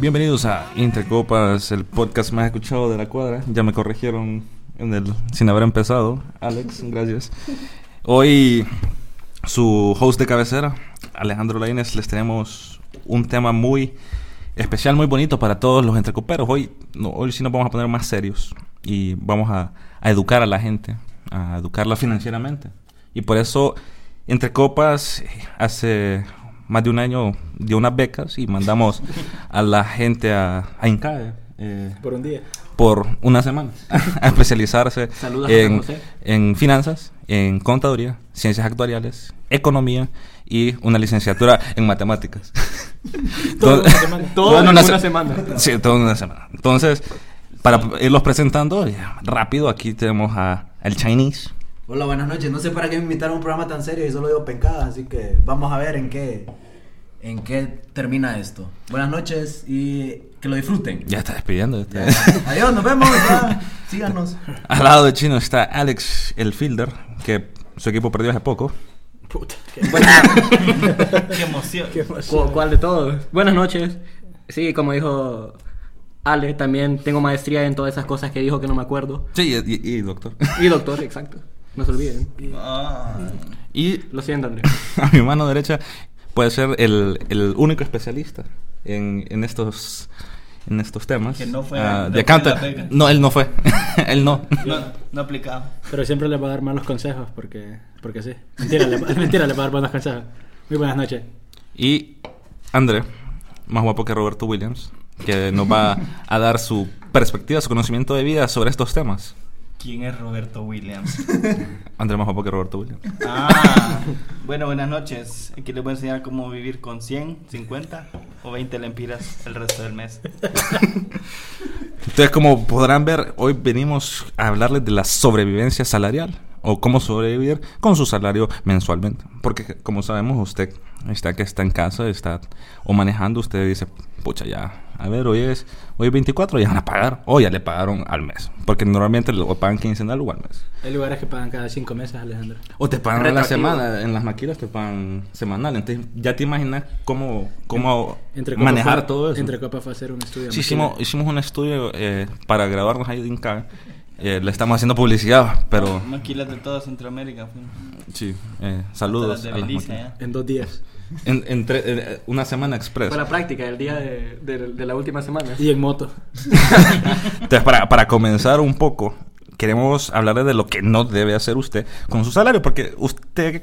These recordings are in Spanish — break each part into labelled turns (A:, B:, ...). A: Bienvenidos a Intercopas, el podcast más escuchado de la cuadra. Ya me corrigieron en el, sin haber empezado. Alex, gracias. Hoy su host de cabecera, Alejandro Laines, les tenemos un tema muy especial, muy bonito para todos los entrecoperos. Hoy, no, hoy sí nos vamos a poner más serios y vamos a, a educar a la gente, a educarla financieramente. Y por eso, Entrecopas hace más de un año dio unas becas y mandamos a la gente a, a INCAE. eh,
B: Por un día.
A: por una semana a especializarse
B: Saludos a Juan
A: en,
B: José.
A: en finanzas, en contaduría, ciencias actuariales, economía y una licenciatura en matemáticas.
B: Todo en una
A: Todo-
B: semana. Todo en una
A: se-
B: semana.
A: Sí, todo en una semana. Entonces, para irlos presentando, ya, rápido, aquí tenemos a, al Chinese.
C: Hola, buenas noches. No sé para qué me invitaron a un programa tan serio y solo digo pencadas, así que vamos a ver en qué, en qué termina esto. Buenas noches y que lo disfruten.
A: Ya está despidiendo. ya está.
C: Ya. Adiós, nos vemos. ya. Síganos.
A: Al lado de Chino está Alex, el fielder, que su equipo perdió hace poco.
B: Puta.
C: Pues,
D: Qué emoción.
B: Cu-
D: Cu-
B: ¿Cuál de todos?
E: Buenas noches. Sí, como dijo Ale, también tengo maestría en todas esas cosas que dijo que no me acuerdo.
A: Sí, y, y- y doctor.
E: Y doctor, exacto. No se olviden.
D: Ah.
A: Y
E: Lo siento, Andrés.
A: a mi mano derecha puede ser el, el único especialista en, en estos en estos temas.
D: Que no fue
A: Ah,
D: a-
A: de
D: de
A: accountant.
D: la pega.
A: No, él no fue. él no.
D: No, no aplicaba.
B: Pero siempre le va a dar malos consejos porque, porque sí. Mentira, le, mentira, le va a dar buenos consejos. Muy buenas noches.
A: Y André, más guapo que Roberto Williams, que nos va a dar su perspectiva, su conocimiento de vida sobre estos temas.
D: ¿Quién es Roberto Williams?
A: André más guapo que Roberto Williams.
D: Ah, bueno, buenas noches. Aquí les voy a enseñar cómo vivir con 100, 50 o 20 lempiras el resto del mes.
A: Entonces, como podrán ver, hoy venimos a hablarles de la sobrevivencia salarial o cómo sobrevivir con su salario mensualmente. Porque, como sabemos, usted está que está en casa, está o manejando, usted dice, pucha, ya, a ver, hoy es hoy es 24, ya van a pagar, o ya le pagaron al mes. Porque normalmente lo pagan quincenal o al mes.
B: Hay lugares que pagan cada cinco meses, Alejandro.
A: O te pagan a la
E: Retroactivo.
A: semana, en las maquilas te pagan semanal. Entonces, ya te imaginas cómo, cómo
B: Copa
A: manejar
B: fue-
A: todo eso.
B: Entre copas fue hacer un estudio.
A: Sí,
B: Imagina.
A: hicimos, hicimos un estudio eh, para graduarnos ahí de Inca. Eh, le estamos haciendo publicidad, pero
D: Maquilas de toda Centroamérica. fuimos.
A: sí, eh, saludos.
D: Hasta
A: a
D: las
A: las
D: de Belice,
A: máquinas.
D: ¿eh?
B: En dos días.
A: En, en tre- eh, una semana express.
E: Fue la práctica, el día de, de- de la última semana.
B: Y en moto.
A: Entonces, para, para comenzar un poco, queremos hablarle de lo que no debe hacer usted con su salario, porque usted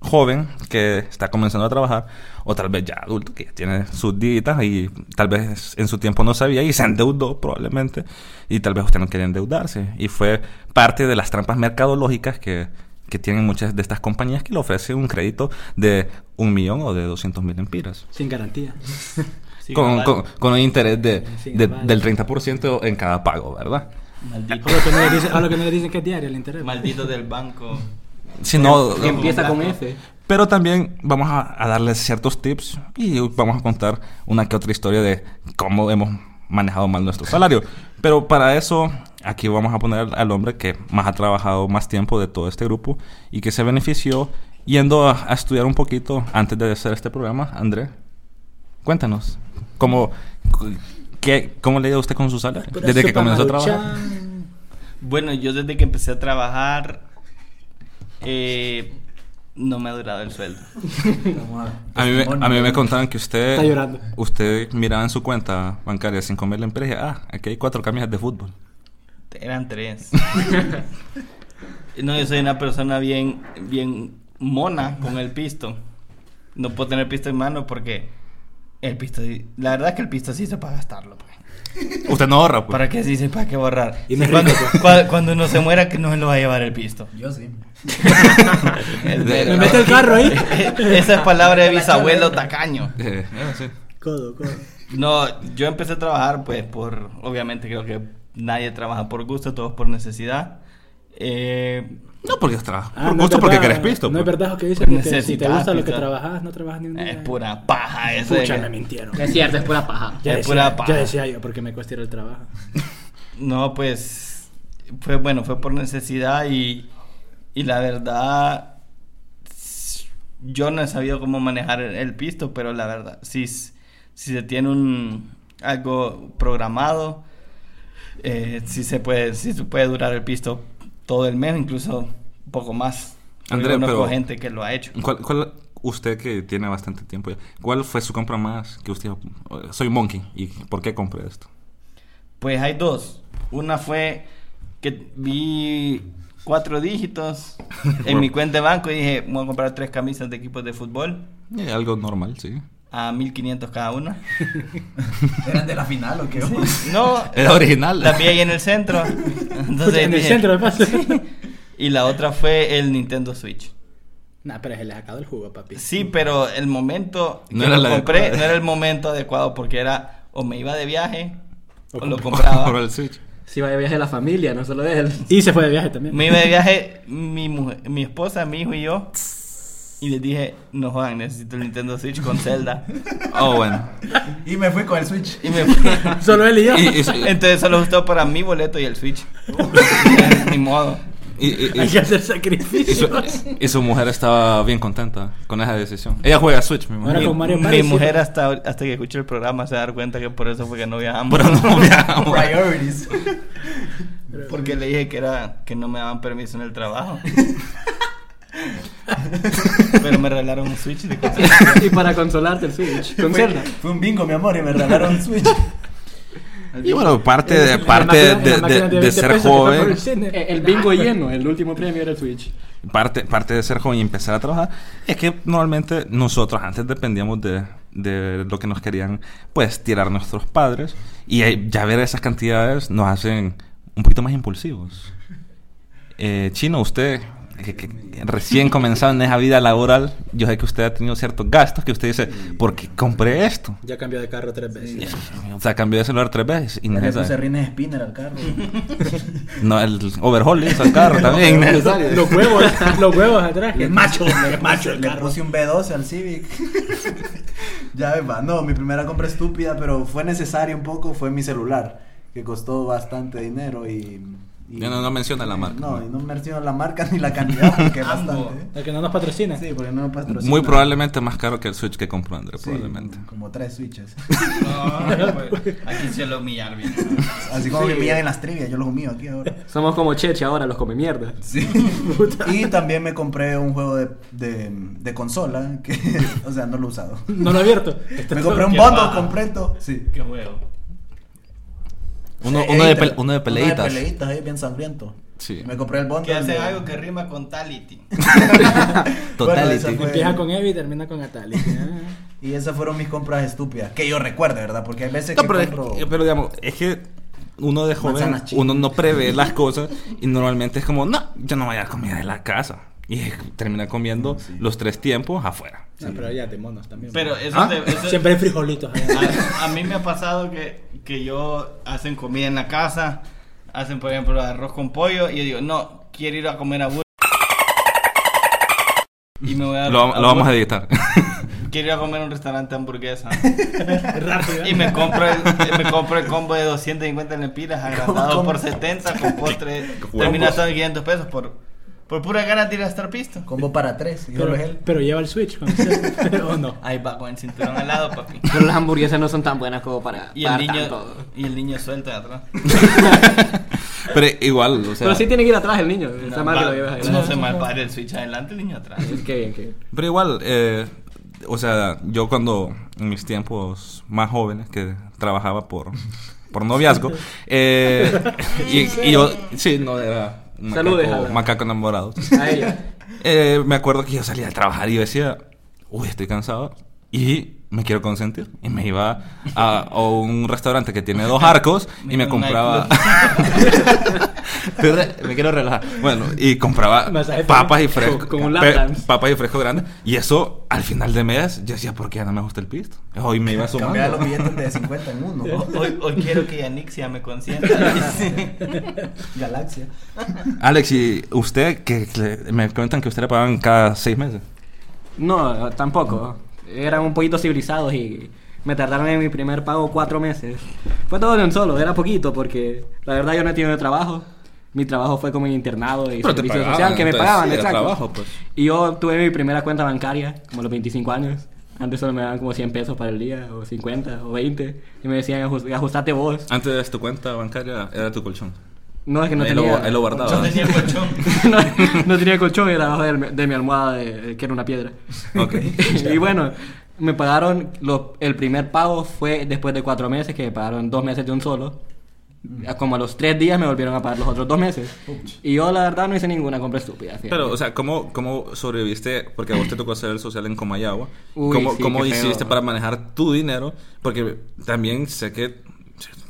A: joven que está comenzando a trabajar, o tal vez ya adulto que ya tiene sus dígitas y tal vez en su tiempo no sabía y se endeudó probablemente, y tal vez usted no quería endeudarse, y fue parte de las trampas mercadológicas que, que tienen muchas de estas compañías que le ofrecen un crédito de un millón o de 200 mil empiras.
B: Sin garantía.
D: ¿eh? Sí,
A: Con,
D: cabal.
A: con- con un interés de,
B: Sin
A: de-
B: aval.
A: del 30% en cada pago, ¿verdad?
D: Maldito,
B: A lo que no le dicen, a lo que no le dicen que es diario el interés.
D: maldito del banco.
A: Si no,
E: Que empieza con
D: Blanco.
E: F.
A: pero también vamos a, a darles ciertos tips y vamos a contar una que otra historia de cómo hemos manejado mal nuestro salario. Pero para eso, aquí vamos a poner al, al hombre que más ha trabajado más tiempo de todo este grupo y que se benefició yendo a, a estudiar un poquito antes de hacer este programa. André, cuéntanos, ¿cómo, cu- qué, cómo le dio usted con su salario desde que comenzó a trabajar?
D: Bueno, yo desde que empecé a trabajar eh, no me ha durado el sueldo.
C: Vamos
A: A mí, me, a mí me contaban que usted...
B: Está llorando.
A: Usted miraba en su cuenta bancaria sin comer la empresa. Ah, aquí hay cuatro camisas de fútbol.
D: Eran tres. no, yo soy una persona bien, bien mona con el pisto. No puedo tener pisto en mano porque el pisto, la verdad es que el pisto sí se puede gastarlo. pues.
A: Usted no ahorra, pues.
D: ¿Para qué sí se puede que borrar?
B: Y no es
D: Sí, cuando,
B: rico, pues.
D: cua- cuando uno se muera, que no se lo va a llevar el pisto.
C: Yo sí.
D: El-
A: Me
D: el-
B: mete el carro ahí.
D: E-, Esa Ah, es palabra de bisabuelo tacaño.
A: Eh, eh, sí.
B: Codo, codo.
D: No, yo empecé a trabajar pues por, obviamente creo que nadie trabaja por gusto, todos por necesidad. Eh,
A: No porque es trabajo.
B: Ah,
A: por
B: no es
A: gusto, porque
B: verdad.
A: querés pisto.
B: No es
A: pues.
B: verdad que dice
D: Porque
B: que te- si te
D: necesitas
B: gusta lo que
D: pisto.
B: trabajas, no trabajas ni un día.
D: Es pura paja eso.
B: Pucha,
D: de-
B: me mintieron.
E: Es cierto, es pura paja.
B: Ya
D: Es
B: decía,
D: pura paja.
B: ya decía yo, porque me cuesta ir al trabajo.
D: No, pues fue bueno, fue por necesidad y, y la verdad yo no he sabido cómo manejar el, el pisto, pero la verdad, si, s- si se tiene un algo programado. Eh, si se puede, si se puede durar el pisto todo el mes, incluso un poco más. Porque
A: André,
D: conozco
A: pero-
D: gente que lo ha hecho.
A: ¿Cuál, cuál- usted que tiene bastante tiempo ya, ¿cuál fue su compra más que usted... "Oh, Soy monkey, ¿y por qué compré esto?
D: Pues hay dos. Una fue que vi cuatro dígitos en mi cuenta de banco y dije, voy a comprar tres camisas de equipos de fútbol
A: Eh, algo normal, sí.
D: a 1500 cada una.
C: ¿Eran de la final o qué?
D: No,
A: Era original.
D: la vi ahí en el centro. Entonces
B: en el
D: dije-
B: centro de paso.
D: Y la otra fue el Nintendo Switch.
B: nah, pero se le ha sacado el jugo, papi.
D: Sí, pero el momento que
A: No era
D: lo
A: la
D: compré
A: adecuada.
D: no era el momento adecuado porque era o me iba de viaje
B: O
D: o, lo
A: Por
D: compraba.
A: el Switch.
E: Si va de viaje la familia, no solo él.
B: Y se fue de viaje también.
D: me iba de viaje mi, mujer- mi esposa, mi hijo y yo. Y les dije, no jodan, necesito el Nintendo Switch con Zelda.
A: Oh, bueno.
C: Y me fui con el Switch.
D: Y me fui.
B: Solo él y yo.
A: Y- y-
D: Entonces solo gustó para mi boleto y el Switch. Ni modo.
A: Y, y-
B: Hay
A: y-
B: que hacer
A: y su,
B: sacrificios.
A: y su mujer estaba bien contenta con esa decisión. Ella juega Switch, me
B: Ahora
D: Mi,
A: imagino.
B: con Mario
D: mi
B: Party, sí.
D: mujer hasta, hasta que escuchó el programa se va a dar cuenta que por eso fue que no viajamos.
A: Pero no viajamos.
C: Priorities.
D: Porque le dije que era que no me daban permiso en el trabajo. Pero me regalaron un Switch de cosas.
E: y para consolarte el Switch. Con
C: Fue,
E: Zelda.
C: fue un bingo, mi amor, y me regalaron un Switch.
A: Y bueno, parte de,
B: La
A: parte
B: máquina-
A: de,
B: la
A: de-
B: máquina
A: de
B: 20
A: ser
B: pesos que está por
A: joven,
B: el cine.
E: Eh, El bingo lleno, el último premio era el Switch.
A: parte, parte de ser joven y empezar a trabajar, es que normalmente nosotros antes dependíamos de, de lo que nos querían, pues, tirar nuestros padres. Y ahí ya ver esas cantidades nos hacen un poquito más impulsivos. Eh, Chino, usted que- que recién comenzado en esa vida laboral, yo sé que usted ha tenido ciertos gastos que usted dice, ¿por qué compré esto?
B: Ya cambió de carro tres veces.
A: O sea, cambió de celular tres veces. Y
C: Ya le
A: neta,
C: puse rines spinner al carro.
A: no, el overhaul hizo al carro también. neta.
B: Los huevos, los huevos atrás.
C: Le-
B: El macho,
C: le
B: el macho
C: puse-
B: el
C: le
B: carro.
C: puse un B12 al Civic. ya ves, va. No, mi primera compra estúpida, pero fue necesaria un poco, fue mi celular, que costó bastante dinero y... y-
A: No, no, no menciona la marca.
C: No, y no menciono la marca ni la cantidad, porque es bastante.
B: El que no nos patrocina.
C: Sí, porque no patrocina.
A: Muy probablemente más caro que el Switch que compró André,
C: Sí,
A: probablemente.
C: Como tres switches.
D: pues, aquí se lo humillar bien.
C: Así como me pillan en las trivias, yo los humillo aquí ahora.
E: Somos como Cheche ahora, los come mierda.
C: Sí. y también me compré un juego de, de, de consola, que, o sea, no lo he usado.
B: No lo he abierto. Este
C: Me compré un
D: Qué
C: bundle
D: paja.
C: completo. Sí.
D: Qué huevo.
A: Uno,
C: Sí,
A: uno de
C: editas.
A: pel- uno de peleitas.
C: Uno de peleitas, ahí, bien sangriento.
A: Sí.
C: Me compré el bundle.
D: Que hacen
C: de-
D: algo que rima con Tality.
A: Totality.
C: Bueno, esa fue-
B: Empieza con Evi y termina con Natalia. Ah.
C: Y esas fueron mis compras estúpidas. Que yo recuerde, ¿verdad? Porque hay veces
A: No,
C: que
A: pero,
C: compro...
A: eh, pero digamos, es que uno de joven,
C: Manzanas chinas.
A: uno no prevé las cosas y normalmente es como, no, yo no voy a dar comida de la casa. Y es- termina comiendo los tres tiempos afuera.
B: No, pero ya de monos también.
D: Pero eso,
A: Ah.
D: te- eso- Ah.
B: Siempre hay frijolitos. ahí.
D: A, a mí me ha pasado que, que yo hacen comida en la casa, hacen por ejemplo arroz con pollo y yo digo, no, quiero ir a comer a Burger. Y me voy a...
A: Lo, lo vamos a
D: Burger.
A: editar.
D: Quiero ir a comer a un restaurante de hamburguesa.
B: Rápido. ¿eh?
D: Y me compro, el, me compro el combo de 250 lempiras agrandado
C: ¿Cómo?
D: por 70 con postre.
A: Huevos.
D: Termina estando en 500 pesos por, por pura ganas de ir a estar pisto.
C: Combo para tres. Y yo lo
B: Pero, pero lleva el Switch con ¿O no?
D: Ahí va con el cinturón al lado, papi.
E: Pero las hamburguesas no son tan buenas como para.
D: Y
E: para
D: el niño,
E: tanto.
D: y el niño suelto de atrás.
A: pero igual, o sea.
E: Pero sí tiene que ir atrás el niño. Está
D: No,
E: mal que
D: va-
E: lo lleves
D: No
E: ahí.
D: se mal padre el switch adelante, el niño atrás.
E: Qué bien, qué bien.
A: Pero igual, eh, o sea, yo cuando en mis tiempos más jóvenes que trabajaba por, por noviazgo, eh, y, y yo, sí, no era macaco,
E: Saludes a la-
A: macaco enamorado.
E: A ella.
A: Eh, me acuerdo que yo salía a trabajar y yo decía, uy, estoy cansado y me quiero consentir. Y me iba a, a un restaurante que tiene dos arcos y me
D: Un
A: compraba... Pero me quiero relajar. Bueno, y compraba
B: Masaje
A: papas y
B: también.
A: fresco.
E: Con- con un lap
A: pe-
E: dance.
A: Papas y fresco grande. Y eso, al final de mes, yo decía, ¿por qué ya no me gusta el pisto? Hoy me iba sumando.
C: Cambiaba los billetes de 50 en uno. ¿no?
D: Hoy, hoy quiero que Yanixia me consienta.
C: Galaxia.
A: Alex, ¿y usted? Que, que me cuentan que usted le pagaban cada seis meses.
E: No, tampoco. Eran un poquito civilizados y me tardaron en mi primer pago cuatro meses. Fue todo de un solo, era poquito porque la verdad yo no he tenido trabajo. Mi trabajo fue como en internado y
A: Pero te
E: servicio
A: pagaban,
E: social que me
A: entonces,
E: pagaban,
A: sí, era
E: exacto.
A: trabajo, pues.
E: Y yo tuve mi primera cuenta bancaria como a los 25 años. Antes solo me daban como 100 pesos para el día, o 50, o 20. Y me decían, "Ajus- ajustate vos.
A: Antes tu cuenta bancaria era tu colchón.
E: No, es que no
A: ahí,
E: tenía...
A: lo, ahí lo guardabas.
D: Yo tenía el colchón.
E: no, no tenía colchón, era abajo del- de, mi almohada, de- que era una piedra.
A: Ok.
E: y bueno, me pagaron, los- el primer pago fue después de cuatro meses, que me pagaron dos meses de un solo.
D: Mm.
E: A Como a los tres días me volvieron a pagar los otros dos meses. Y yo, la verdad, no hice ninguna compra estúpida. fíjate.
A: Pero, o sea, ¿cómo, ¿cómo sobreviviste? Porque a vos te tocó hacer el social en Comayagua.
E: Uy,
A: ¿Cómo,
E: sí,
A: cómo
E: qué feo.
A: hiciste para manejar tu dinero? Porque también sé que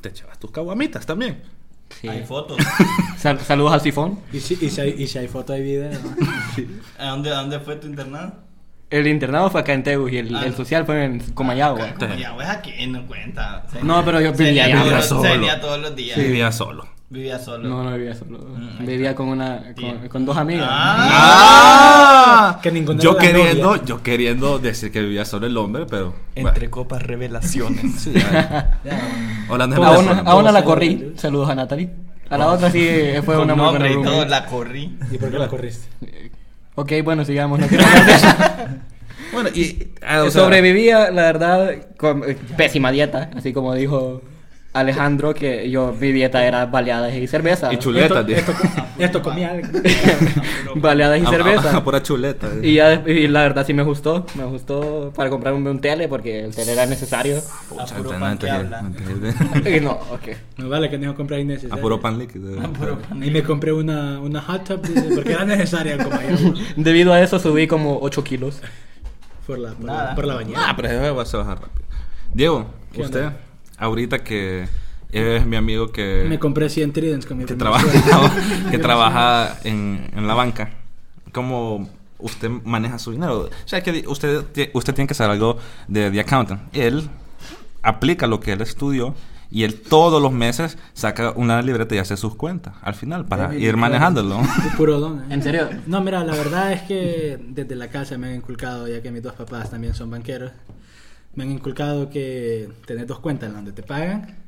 A: te echabas tus caguamitas también.
E: Sí.
D: Hay fotos.
E: Sal- saludos al sifón.
B: Y si, y si hay, y si hay foto, hay video.
D: ¿A dónde, a dónde fue tu internado?
E: El internado fue acá en Tegu y el,
D: Ah.
E: el social fue en Comayagua.
D: Como ya, güey, aquí no cuenta. Se-
E: No, pero yo
D: se
E: vivía
D: veía
E: solo.
D: todos- se veía todos los días.
A: Vivía solo.
D: Vivía solo.
E: No, no vivía solo.
D: Mm, ahí
E: Vivía
D: está.
E: con una con,
D: Sí.
E: con dos amigas. Ah.
A: ¡Ah!
B: Que ninguna
A: yo
B: era
A: queriendo,
B: novia.
A: yo queriendo decir que vivía solo el hombre, pero.
D: Entre
A: bueno.
D: copas revelaciones.
A: Sí, ya. Hablando de
E: A
A: placer,
E: una, a
A: ¿no?
E: una la corrí. Saludos a Natalie. A la otra sí eh, fue
D: Con
E: una muy buena
D: nombre y todo,
E: roommate.
D: la corrí.
B: ¿Y por qué la corriste?
E: Ok, bueno, sigamos. no quiero hablar de eso.
A: Bueno, y. ah, o sea,
E: Sobrevivía, la verdad, con eh, pésima dieta. Así como dijo Alejandro, que yo mi dieta era baleadas y cerveza.
A: Y chuletas, tío.
B: Esto, esto comía algo.
E: baleadas y
A: A- a-
E: cerveza.
A: a pura chuleta. tío.
E: Y, ya, des- y la verdad sí me gustó, me gustó para comprar un, un tele porque el tele era necesario.
A: Pucha,
D: A puro
A: entonces,
D: pan que habla.
A: entonces-
E: Y no, ok.
B: No vale que no compré innecesario.
A: A puro pan líquido.
D: Ah, puro pan.
B: Y me compré una, una hot tub dice, porque era necesaria en Comayagua.
E: Debido a eso subí como 8 kilos.
B: Por la, por,
D: Nada.
B: la, por la bañera.
A: Ah, pero eso va a bajar rápido. Diego,
B: ¿Qué
A: usted,
B: onda?
A: ahorita que es mi amigo que,
B: Me compré 100 Tridents con mi
A: Eh. que
B: primer
A: trabaja,
B: sueldo.
A: que trabaja en, en la banca, ¿cómo usted maneja su dinero? O sea, que di- usted, ti- usted tiene que saber algo de The Accountant. Él aplica lo que él estudió y él todos los meses saca una libreta y hace sus cuentas al final para
C: David,
A: ir
C: claro.
A: manejándolo.
B: Puro don. ¿eh?
E: ¿En serio?
B: No, mira, la verdad es que desde la casa me han inculcado, ya que mis dos papás también son banqueros, me han inculcado que tenés dos cuentas en donde te pagan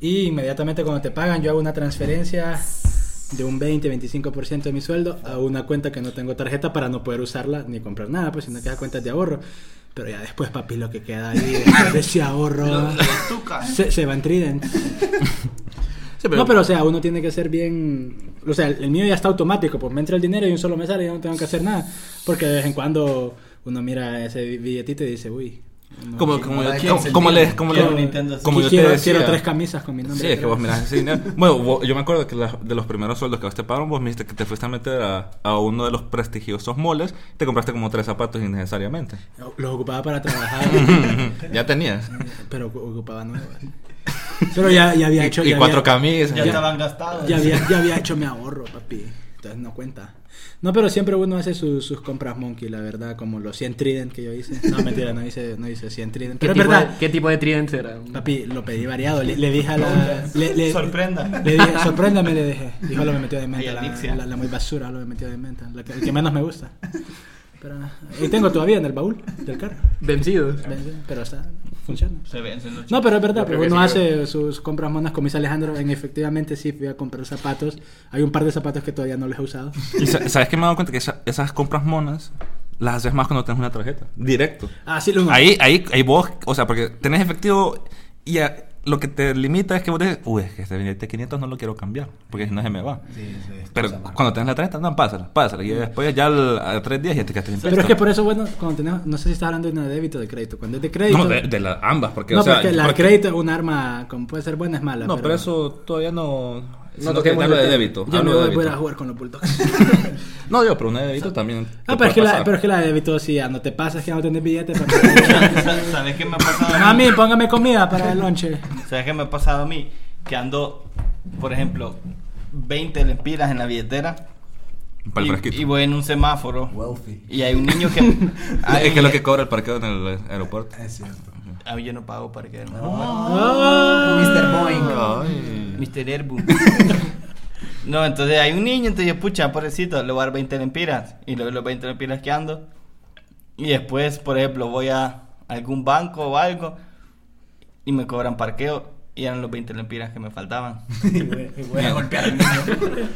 B: y inmediatamente cuando te pagan yo hago una transferencia de un 20-25% de mi sueldo a una cuenta que no tengo tarjeta para no poder usarla ni comprar nada, pues sino que es cuentas de ahorro. Pero ya después, papi, lo que queda ahí después de ese ahorro se, se va en Trident.
A: Sí,
B: No, pero o sea, uno tiene que ser bien. O sea, el mío ya está automático, pues me entra el dinero y un solo me sale, yo no tengo que hacer nada. Porque de vez en cuando uno mira ese billetito y dice, uy. no,
A: como,
B: qui-
A: como,
D: Hola,
A: como-
D: ¿quién
A: como
D: se
A: le,
D: entiende?
A: como
D: Quiero
A: le-
D: un Nintendo
A: como yo te
B: quiero,
A: decía.
B: quiero tres camisas con mi nombre.
A: Sí, es que
B: atrás.
A: vos mirás ese dinero. Bueno, vos- yo me acuerdo que la- de los primeros sueldos que vos te pagaron, vos me dijiste que te fuiste a meter a, a uno de los prestigiosos moles y te compraste como tres zapatos innecesariamente.
B: Los ocupaba para trabajar,
A: ya tenías.
B: pero ocu- ocupaba nuevas. Pero ya, Ah, ya había
A: Y,
B: hecho.
A: y
B: ya
A: cuatro
B: había-
A: camisas.
D: Ya estaban gastados.
B: Ya había, ya había hecho mi ahorro, papi. Entonces no cuenta. No, pero siempre uno hace sus- sus compras monkey, la verdad, como los 100 trident que yo hice. No, mentira, no hice, no hice 100 trident.
E: ¿Qué,
B: Pero es
E: tipo
B: verdad.
E: de, ¿Qué tipo de trident era?
B: Papi, lo pedí variado. Le, le dije a la. Le, le-
D: Sorprenda.
B: Le dije, sorpréndame, le dije. Dijo lo que metió de menta.
D: Ay,
B: La,
D: Alexia.
B: la- la muy basura, lo que metió de menta. la que- el que menos me gusta. Pero. Y tengo todavía en el baúl del carro.
E: Vencidos.
B: Pero está. Funciona.
D: Se vencen los
B: No, pero es verdad,
E: creo
B: pero
E: que
B: uno
E: sí,
B: hace sus compras monas, como dice Alejandro, en efectivamente sí fui a comprar zapatos. Hay un par de zapatos que todavía no los he usado.
A: Y sa- sabes que me he dado cuenta que esa- esas compras monas las haces más cuando tienes una tarjeta. Directo.
B: Ah, sí, lo
A: Ahí, ahí, ahí vos, o sea, porque tenés efectivo y a- lo que te limita es que vos dices, uy, es que este billete de 500 no lo quiero cambiar, porque si no se me va.
C: Sí, sí.
A: Pero cuando tenés la tarjeta, no, pásala, pásala. Y después ya al- a tres días ya te quedaste sin
B: Pero es
A: peso.
B: que por eso, bueno, cuando tenemos. No sé si está hablando de una de débito o de crédito. Cuando es de crédito.
A: No, de, de las ambas, porque,
B: no,
A: o sea,
B: porque la
A: porque-
B: crédito es un arma, como puede ser buena, es mala.
A: No, pero, eso todavía no... sino que
E: toquemos
A: hablo
E: el
A: de
E: tema.
A: débito.
B: Yo
A: hablo de
B: no voy a poder
A: débito.
B: jugar con los Bulldogs.
A: No, yo, pero una de débito también... te
B: ah, pero
A: puede
B: es, que la,
A: pasar.
B: pero es que la de débito, si ya no te pasas, que ya no tenés billete para
D: ¿Sabes qué me ha pasado a mí?
B: Mami, póngame comida para el lonche.
D: ¿Sabes qué me ha pasado a mí? Que ando, por ejemplo, 20 lempiras en la billetera
A: Para el
D: y-
A: fresquito.
D: y, voy en un semáforo
C: Wealthy.
D: y hay un niño que...
A: Ah,
D: hay
A: es
D: un
A: que es lo
D: ni-
A: que cobra el parqueo en el aeropuerto.
C: Es cierto.
D: Ah, yo no pago para que... Ah.
C: Mr. Boeing.
A: Ay.
D: Mr. Herbu. no, entonces hay un niño, entonces yo, pucha, pobrecito, le voy a dar 20 lempiras. Y luego los 20 lempiras que ando. Y después, por ejemplo, voy a algún banco o algo y me cobran parqueo y eran los 20 lempiras que me faltaban.
C: Voy a golpear al niño.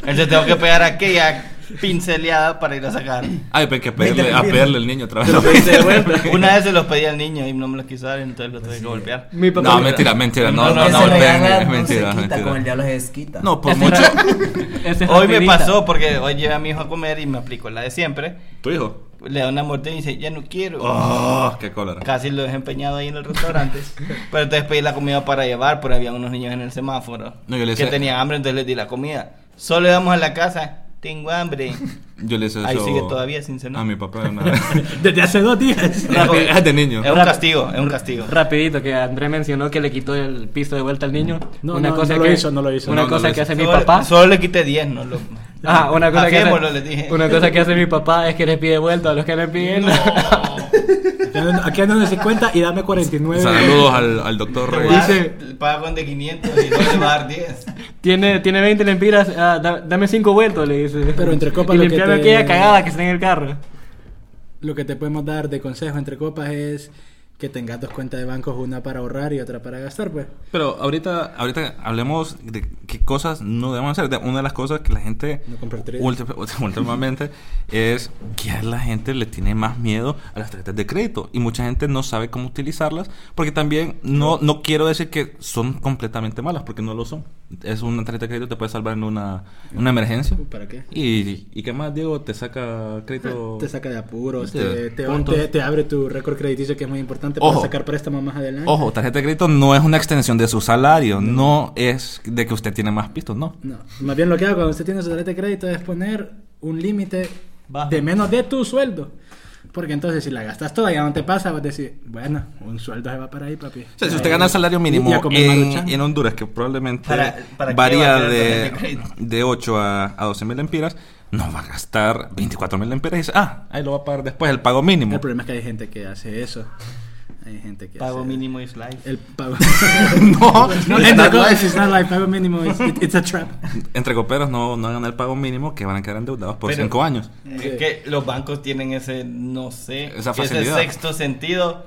D: Entonces tengo que pegar aquella pinceleada para ir a sacar.
A: Ay, pero hay que pedirle, a pedirle al niño otra vez.
E: Pero pensé, bueno.
D: Una vez se los pedí al niño y no me los quiso dar, entonces los tuve que golpear.
E: Mi papá.
A: No, mentira, mentira. No, no,
C: Ese
A: no,
C: le
A: golpeen,
C: gana,
A: es
C: no se
A: mentira,
C: quita,
A: mentira.
C: Con el diablo se desquita.
A: No, por
E: Ese
A: mucho.
E: era- Ese es
D: Hoy me
E: raperista.
D: pasó porque hoy llevé a mi hijo a comer y me aplicó la de siempre.
A: ¿Tu hijo?
D: Le da una mordida y dice, ya no quiero.
A: Oh, qué cólera.
D: Casi lo dejé empeñado ahí en el restaurante. pero entonces pedí la comida para llevar, pero había unos niños en el semáforo
A: No, yo le
D: que
A: sé-
D: tenían hambre, entonces les di la comida. Solo íbamos a la casa, tengo hambre.
A: Yo le hice eso
D: Ahí sigue todavía sin cenar. Ah,
A: a mi papá una vez.
B: Desde hace dos días.
A: Es de niño.
D: Es un castigo, es un castigo.
E: Rapidito, que André mencionó que le quitó el piso de vuelta al niño.
B: No, no, no lo hizo, no lo hizo.
E: Una
A: No, no
E: cosa
A: lo
E: que
A: hizo.
E: hace mi
D: Solo-
E: papá.
D: Solo le quité 10, no lo.
E: Ajá, una cosa, que
D: Hacémoslo, les dije.
E: hace, una cosa que hace mi papá es que le pide vuelta a los que le piden.
B: Aquí andan de 50 y dame 49.
A: Saludos al, al doctor
D: Eh, Te voy
A: Reyes.
D: a dar- Paga con de 500 y no le va a dar 10.
E: tiene, tiene 20 lempiras, ah, da- dame 5 vueltos, le dice.
B: Pero entre copas
E: Y
B: lo que
E: limpiame
B: te-
E: aquella cagada que está en el carro.
B: Lo que te podemos dar de consejo entre copas es que tengas dos cuentas de bancos, una para ahorrar y otra para gastar, pues.
A: Pero ahorita, ahorita hablemos de qué cosas no debemos hacer. De- Una de las cosas que la gente
B: No compartiré.
A: ulti- ulti- últimamente es que a la gente le tiene más miedo a las tarjetas de crédito y mucha gente no sabe cómo utilizarlas porque también no, no quiero decir que son completamente malas porque no lo son. Es una tarjeta de crédito te puede salvar en una, una emergencia.
B: ¿Para qué?
A: Y, y qué más, Diego, te saca crédito.
B: Te saca de apuros,
A: Oh. Sí,
B: te, te-
A: puntos.
B: te- te abre tu récord crediticio que es muy importante para
A: Ojo.
B: sacar préstamos más adelante.
A: Ojo, tarjeta de crédito no es una extensión de su salario, no es de que usted tiene más pistos, no.
B: No, más bien lo que hago cuando usted tiene su tarjeta de crédito es poner un límite
D: Bajo.
B: de menos de tu sueldo. Porque entonces si la gastas toda y ya no te pasa, vas a decir, bueno, un sueldo se va para ahí, papi.
A: O sea, si
D: Eh,
A: usted gana el salario mínimo
B: Y a comer
A: en,
B: maruchan.
A: en Honduras, que probablemente
D: ¿Para- para qué va
A: varía
D: a quedar
A: de,
D: tarjeta de crédito?
A: de 8 a, a 12 mil empiras, no va a gastar 24 mil empiras y dice, ah, ahí lo va a pagar después, el pago mínimo.
B: El problema es que hay gente que hace eso. Hay gente que
D: Pago
B: hace
D: mínimo is life.
B: El pago.
A: no,
B: no,
A: entre-
B: it's not life, it's not life. Pago mínimo, it's, it- it's a trap.
A: entre coperos no, no hagan el pago mínimo que van a quedar endeudados por
D: Pero-
A: 5 años.
D: Es
B: Eh,
D: que los bancos tienen ese, no sé,
A: Esa
D: ese
A: facilidad.
D: sexto sentido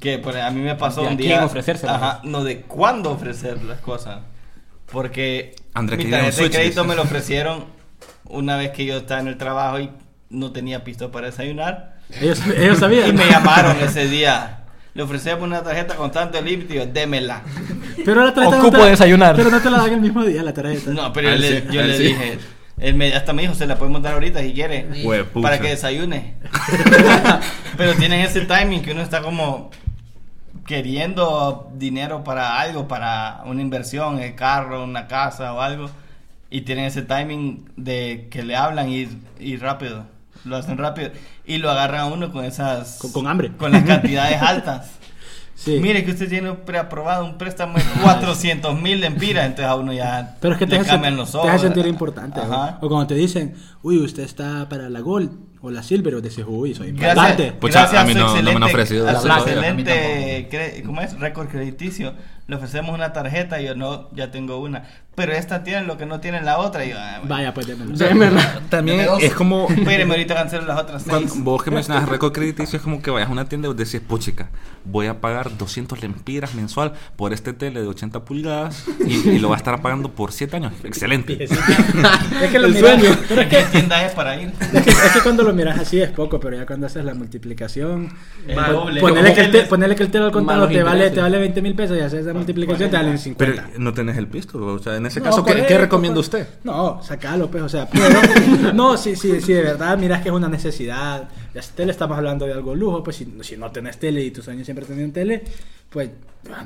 D: que por- a mí me pasó
E: De a
D: un día.
E: quién ofrecérselas.
D: Ajá, no de cuándo ofrecer las cosas. Porque
A: André,
D: mi
A: que diga un
D: tarjeta de
A: switch,
D: crédito
A: dice.
D: me lo ofrecieron una vez que yo estaba en el trabajo y no tenía pisto para desayunar.
B: Ellos, ellos sabían.
D: Y me llamaron ese día. Le ofrecemos una tarjeta con tanto límito y yo, démela.
B: Pero la tarjeta no
E: Ocupo
B: te la-
E: desayunar.
B: Pero no te la dan el mismo día la tarjeta.
D: No, pero
A: A
D: yo
A: él
D: le,
A: sí,
D: yo
A: a él
D: le
A: sí.
D: dije, él me- hasta me dijo, se la podemos dar ahorita si quiere,
A: Huepucha.
D: para que desayune. pero tienen ese timing que uno está como queriendo dinero para algo, para una inversión, el carro, una casa o algo, y tienen ese timing de que le hablan y, y rápido, lo hacen rápido, y lo agarran a uno con esas...
B: Con- con hambre.
D: Con las cantidades altas.
B: Sí.
D: Mire que usted tiene preaprobado un préstamo de 400 mil lempiras, entonces a uno ya
B: Pero es que te
D: le
B: hace,
D: cambian los
B: te
D: ojos. eh,
B: hace sentir importante. ¿no?
D: Ajá.
B: O cuando te dicen, uy, usted está para la Gold o la Silver, o dices, uy, soy
D: Gracias,
B: importante.
A: Pucha,
D: gracias
A: a mí
D: su
A: no- no me han
D: excelente-
A: ofrecido
D: a
A: la
D: su
A: Black.
D: excelente, cre- ¿cómo es? Récord crediticio. Le ofrecemos una tarjeta y yo no, ya tengo una. Pero esta tiene lo que no tiene la otra. Y yo, ah, bueno.
B: Vaya, pues démelo.
A: También
C: Deme dos.
A: es como...
D: Espéreme, ahorita cancelo las otras seis.
A: Cuando vos que mencionas récord crediticio es como que vayas a una tienda y vos decís, puchica, voy a pagar 200 lempiras mensual por este tele de 80 pulgadas y, y lo va a estar pagando por 7 años. Excelente.
B: es que lo
E: El
B: miras,
E: sueño.
B: pero es
D: ¿Qué
B: que,
D: tienda es para ir?
B: es que- es que cuando lo miras así es poco, pero ya cuando haces la multiplicación,
D: Es
B: pon-
D: doble.
B: ponele, que el te-
D: Dobles.
B: ponele que el telo al contado
E: Malos
B: te vale,
E: intereses.
B: te vale 20 mil pesos y haces esa multiplicación, te valen 50.
A: Pero no tenés el pisto. O sea, en ese
B: No,
A: caso, ¿qué,
B: por
A: qué
B: eso,
A: recomienda
B: por-
A: usted?
B: No, sacalo, pues, o sea, pero- no, si, si, si de verdad miras que es una necesidad, la tele estamos hablando de algo lujo, pues si, si no tenés tele y tus sueños siempre tenían tele, pues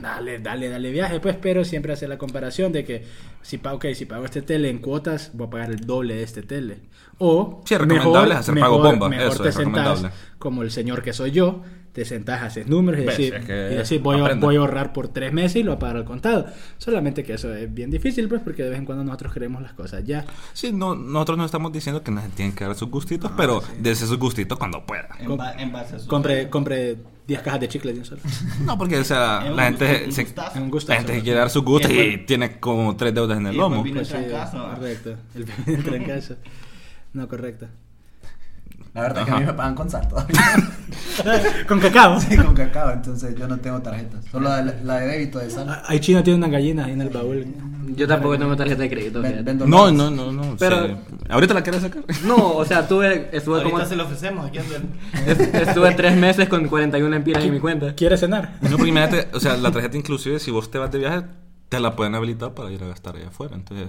B: dale, dale, dale viaje, pues, pero siempre hacer la comparación de que si pago, ok, si pago este tele en cuotas, voy a pagar el doble de este tele. O
A: Sí, recomendable es hacer pago bomba, eso
B: te
A: es
B: sentás
A: recomendable.
B: como el señor que soy yo, te sentás, haces números y
A: Ves,
B: decís,
A: es que
B: y decís, voy, a,
A: aprendo.
B: voy a ahorrar por tres meses y lo voy a pagar al contado. Solamente que eso es bien difícil, pues, porque de vez en cuando nosotros queremos las cosas ya.
A: Sí, no, nosotros no estamos diciendo que nos tienen que dar sus gustitos,
D: Ah,
A: pero dese sus gustitos cuando pueda.
D: En, ba- en base a su-
B: Compre, compre 10 cajas de chicles de un solo.
A: No, porque o sea,
D: Es un
A: la
D: gusto-
A: gente
D: un
A: se,
D: gustazo.
B: Es un gusto.
A: la gente se quiere dar sus gustos
D: Y
A: y
D: después-
A: tiene como tres deudas en el
D: y
A: lomo.
D: después vino-
B: Pues sí,
D: trancazo.
B: Correcto. El, el trancazo. No, correcto.
C: La verdad es que a mí
A: Ajá.
C: me pagan con sal todavía.
B: Con cacao.
C: Sí, con cacao, entonces yo no tengo tarjeta. Solo la, la de débito de
E: Ah,
C: sal.
B: Ahí Chino tiene una gallina ahí en el baúl.
E: Yo tampoco tengo tarjeta de crédito.
C: Ven-
E: fíjate.
C: vendo
A: No,
C: lonas.
A: no, no, no.
E: Pero-
A: sí. ¿Ahorita la querés sacar?
E: No, o sea, tuve, estuve
D: Ahorita
E: como...
D: se lo ofrecemos aquí Andrés.
E: est- Estuve tres meses con 41 lempiras en mi cuenta.
B: ¿Quiere cenar? Eh,
A: No, porque imagínate, o sea, la tarjeta inclusive, si vos te vas de viaje, te la pueden habilitar para ir a gastar allá afuera, entonces...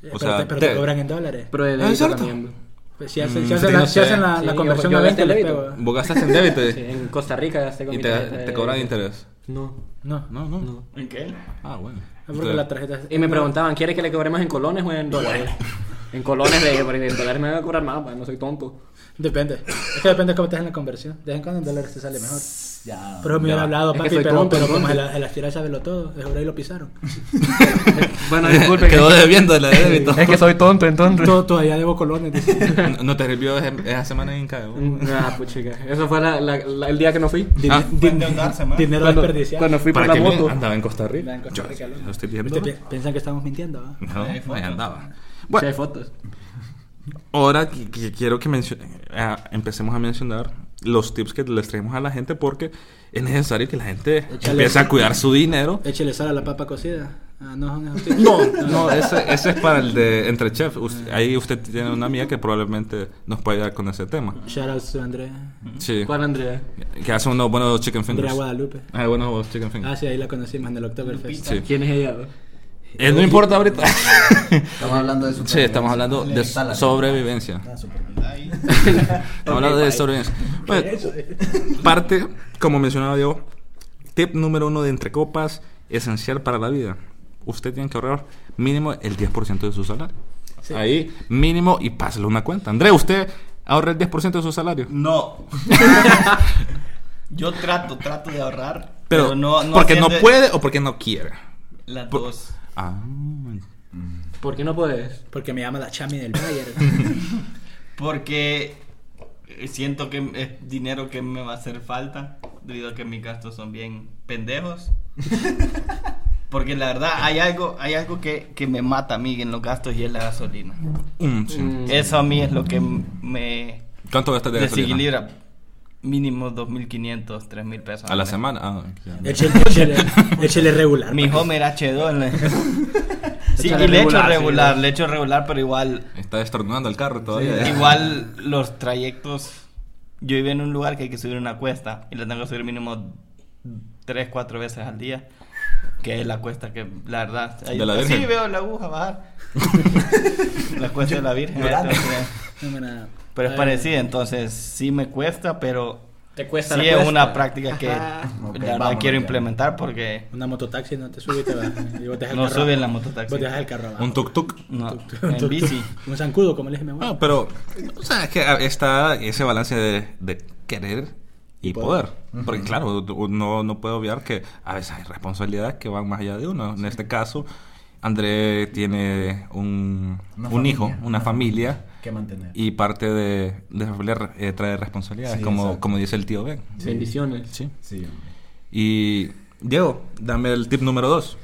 B: Eh,
A: O
B: pero
A: sea,
B: te, pero
A: te-
B: te cobran en dólares.
E: Pero de
A: ¿Es
E: débito
A: cierto?
E: también.
B: Pues si hacen,
A: Mm,
B: si hacen
A: sí,
B: la,
A: no
B: si
A: sé.
B: hacen la- la
E: Sí, yo-
B: conversión
E: yo
B: a
E: gasté
B: 20 les
E: el
B: pego.
A: Vos gastas en débito
E: Sí,
A: y,
E: en Costa Rica gasté con
A: y
E: mi
A: te,
E: tarjeta de
A: te cobran
E: débito.
A: interés.
E: No,
B: No.
A: No, no.
E: no.
D: ¿En qué?
A: Ah, bueno.
B: Porque la tarjeta
E: Y me preguntaban, ¿quiere que le cobremos en colones o en dólares? En colones de porque en dólares me van a cobrar más, pa, no soy tonto.
B: Depende. Es que depende de cómo te hacen la conversión. De vez en cuando en dólares te sale mejor.
C: Ya.
B: Pero me hubiera
A: Ya.
B: hablado,
E: Es que
B: papi,
E: soy
B: pero,
E: tonto,
B: pero
E: entonces.
B: como el, el Astira sabe lo todo, es ahora y lo pisaron.
E: Bueno, disculpen.
A: Quedó debiendo de la de débito.
E: Es que soy tonto entonces.
B: Todo- todavía debo colones. dice.
A: No- ¿No te sirvió ese- esa semana en
B: Mm,
A: Incaibo?
E: Ah, puchica. Eso fue la- la- la- el día que no fui.
B: Din-
A: Ah,
B: din-
D: fue endeudarse, man.
B: dinero
E: Cuando,
B: desperdiciado.
E: cuando fui por
A: ¿Para
E: la
A: qué
E: moto.
A: andaba en Costa Rica?
B: Andaba en Costa Rica,
A: Yo,
B: loco.
A: ¿lo estoy diciendo?
B: Ustedes pi- Piensan que estamos mintiendo, ¿va?
A: No, ahí andaba.
E: Bueno.
A: Bueno,
E: fotos.
A: ahora que- que quiero que mencio- eh, empecemos a mencionar los tips que les traemos a la gente porque es necesario que la gente
B: Échale.
A: empiece a cuidar su dinero.
B: Échele sal a la papa cocida. Ah, no, no.
A: No, no, ese, ese es para el de Entre Chefs. Us- Ahí usted tiene una amiga que probablemente nos puede ayudar con ese tema.
B: Shout out to Andrea.
A: Sí.
E: ¿Cuál, Andrea?
A: Que hace unos buenos chicken
B: Andrea
A: fingers.
B: Guadalupe.
A: Ah, buenos chicken
B: Ah,
A: fingers.
B: sí, ahí la conocimos en el Oktoberfest.
A: Sí.
E: ¿Quién es ella?
A: Eh, no importa ahorita.
C: Estamos hablando de
A: Sí, estamos hablando de
C: Sal,
A: sobrevivencia.
C: Ah, supervivencia.
D: Ahí.
A: Estamos hablando de sobrevivencia. Bueno, parte, como mencionaba yo, tip número uno de entre copas, esencial para la vida. Usted tiene que ahorrar mínimo el 10% de su salario.
B: Sí.
A: Ahí, mínimo, y pásale una cuenta. André, usted ahorra el 10% de su salario.
D: No. Yo trato, trato de ahorrar.
A: Pero,
D: no, no
A: porque no
D: haciendo
A: puede o porque no quiere.
D: Las
A: por-
D: dos.
A: Ah,
E: ¿Por qué no puedes?
B: Porque me llama la chami del Bayern.
D: Porque siento que es dinero que me va a hacer falta debido a que mis gastos son bien pendejos. Porque la verdad hay algo, hay algo que, que me mata a mí en los gastos y es la gasolina.
A: mm, sí.
E: Mm.
D: Eso a mí es lo que m- me
A: ¿Cuánto gastas de gasolina?
D: desequilibra. Mínimo 2.500, 3.000 pesos.
A: A la semana. Ah, ya.
B: échele, échele, échele regular.
D: Mi
B: papi.
D: Homer H2. le- sí,
E: Échale
D: y le echo
E: regular, sí,
D: regular,
E: ¿no?
D: le echo regular, pero igual
A: Está estornudando el carro todavía.
D: Igual los trayectos. Yo vivo en un lugar que hay que subir una cuesta y la tengo que subir mínimo 3, 4 veces al día. Que es la cuesta que, la verdad. ahí-
A: ¿De la
D: sí,
A: Virgen?
D: veo la aguja bajar. la cuesta de la Virgen.
C: llorando.
D: entonces,
B: No, mira,
D: pero es
B: eh,
D: parecida, entonces sí me cuesta, pero
E: Te cuesta
D: sí
E: la
D: es
E: cuesta.
D: una práctica que
E: Ajá.
D: la
C: Ok,
D: verdad
C: vámonos
D: quiero
C: ya.
D: implementar porque
B: Una mototaxi no te sube y te va. Y vos te dejas el
D: no
B: carro
D: sube en la
B: abajo.
D: mototaxi.
B: Vos te dejas el carro abajo.
A: Un tuk-tuk.
D: No,
B: Un
D: en
B: tuk-tuk.
D: bici.
B: Un zancudo, como le dije a mi abuelo.
A: No, pero, o sea, es que ah, está ese balance de, de querer y poder. Porque, claro, u- no, no puedo obviar que a veces hay responsabilidades que van más allá de uno. En este caso, André tiene un,
C: Una
A: un
C: familia.
A: hijo, una familia,
C: Que mantener.
A: y parte de, de la familia eh, trae responsabilidades,
C: Sí,
A: como,
C: exacto.
A: como dice el tío Ben.
E: Bendiciones.
A: Sí.
C: Sí, hombre.
A: Y, Diego, dame el tip número dos.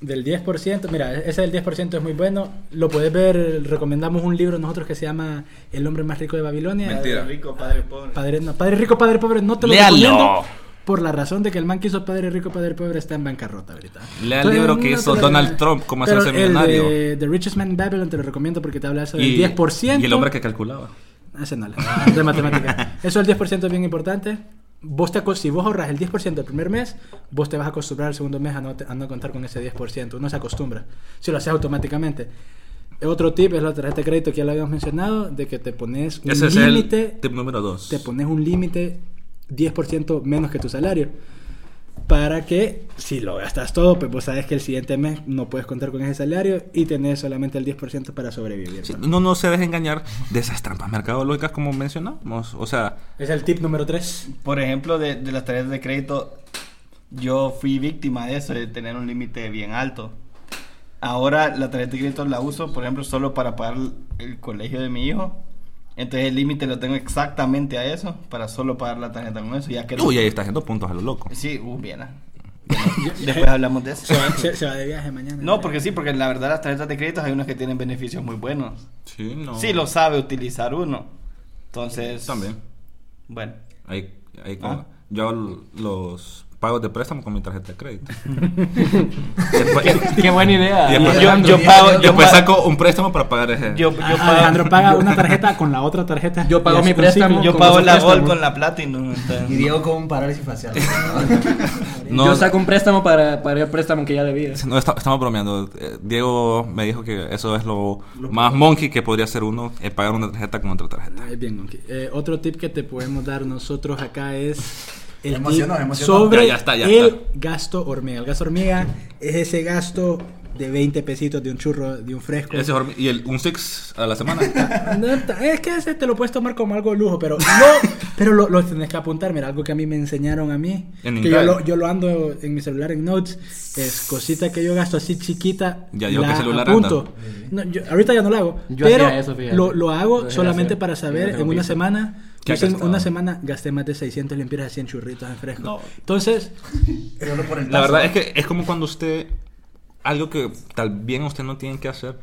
B: Del 10%, mira, ese del 10% es muy bueno. Lo puedes ver, recomendamos un libro nosotros que se llama El hombre más rico de Babilonia.
A: Mentira.
D: Rico, padre, pobre.
B: Padre, no, padre rico, padre pobre, no te lo
A: Léalo.
B: recomiendo. Por la razón de que el man que hizo Padre Rico, Padre Pobre está en bancarrota ahorita.
A: Lea el libro que
B: te
A: hizo
B: lo
A: Donald
B: recomiendo.
A: Trump, cómo
B: Pero
A: hacerse
B: el
A: millonario.
B: de The Richest Man in Babylon te lo recomiendo porque te habla eso del
A: Y-
B: 10%.
A: Y el hombre que calculaba.
B: Ese no, la- de matemática. Eso del 10% es bien importante. Vos te, acos- si vos ahorras el 10% el primer mes, vos te vas a acostumbrar el segundo mes a no, te- a no contar con ese 10%. Uno se acostumbra, si lo haces automáticamente. Otro tip es la tarjeta de crédito que ya lo habíamos mencionado, de que te pones un
A: Ese es
B: límite
A: el tip número dos.
B: te pones un límite 10% menos que tu salario. Para que si lo gastas todo, pues vos sabes que el siguiente mes no puedes contar con ese salario y tenés solamente el 10% para sobrevivir.
A: Sí,
B: ¿no?
A: No, no se deje engañar de esas trampas mercadológicas como mencionamos. O sea,
B: Es el tip número 3.
D: Por ejemplo, de, de las tarjetas de crédito, yo fui víctima de eso, de tener un límite bien alto. Ahora la tarjeta de crédito la uso, por ejemplo, solo para pagar el- el colegio de mi hijo. Entonces el límite lo tengo exactamente a eso, para solo pagar la tarjeta con eso. Ya que
A: uy, ahí está haciendo puntos a lo loco.
D: Sí, uh, bien. ah. Después hablamos de eso.
B: Se va, se- se va de viaje mañana.
D: No, porque sí, porque la verdad las tarjetas de crédito hay unas que tienen beneficios muy buenos.
A: Sí, no.
D: Sí, lo sabe utilizar uno. Entonces.
A: Oh. También.
D: Bueno.
A: Ahí, ahí
D: Ah.
A: con- Yo l- los pagos de préstamo con mi tarjeta de crédito. Después-
E: Qué buena idea.
A: y después,
D: Yo- yo pago- yo
A: después
D: pa-
A: saco un préstamo para pagar ese.
D: Yo, yo
B: Ah,
D: pago,
B: Alejandro paga una tarjeta con la otra tarjeta.
E: Yo
B: y
E: pago
B: así
E: mi
B: un
E: préstamo,
B: ciclo.
D: yo
E: con
D: pago
E: esos
D: la Gol
E: préstamos.
D: con la Platinum. entonces-
C: Y Diego con un parálisis facial.
A: No,
E: Yo saco un préstamo para, para el préstamo que ya debía.
A: no, esta- estamos bromeando. Eh, Diego me dijo que eso es lo más monkey que podría hacer uno, es pagar una tarjeta con otra tarjeta.
B: Ah, es bien, Monkey. Eh, otro tip que te podemos dar nosotros acá es el tip
C: Emocionó, emocionó.
B: sobre
A: Ya, ya está, ya
B: el
A: está.
B: gasto hormiga. El gasto hormiga es ese gasto de 20 pesitos de un churro, de un fresco.
A: Ese horm- y el, un six a la semana.
B: No, ta- es que ese te lo puedes tomar como algo de lujo, pero no, pero lo, lo tienes que apuntar. Mira, algo que a mí me enseñaron a mí,
A: En
B: que yo
A: inglés.
B: lo, yo lo ando en mi celular en notes, es cosita que yo gasto así chiquita.
A: Ya digo
B: la
A: que celular
B: apunto. No, yo- ahorita ya no lo hago,
E: Yo
B: pero
E: hacía eso, fíjate.
B: lo, lo
E: Lo
B: hago
E: dejé de
B: solamente
E: hacer.
B: para
E: Yo
B: saber
E: no
B: en
E: tengo
B: una
E: pizza.
B: semana.
A: ¿Qué
B: yo
A: has
B: en
A: gastado?
B: una semana gasté más de 600 lempiras así en churritos en fresco. Entonces,
C: Solo por el
A: la
C: tazo.
A: verdad es que es como cuando usted, algo que tal bien usted no tiene que hacer,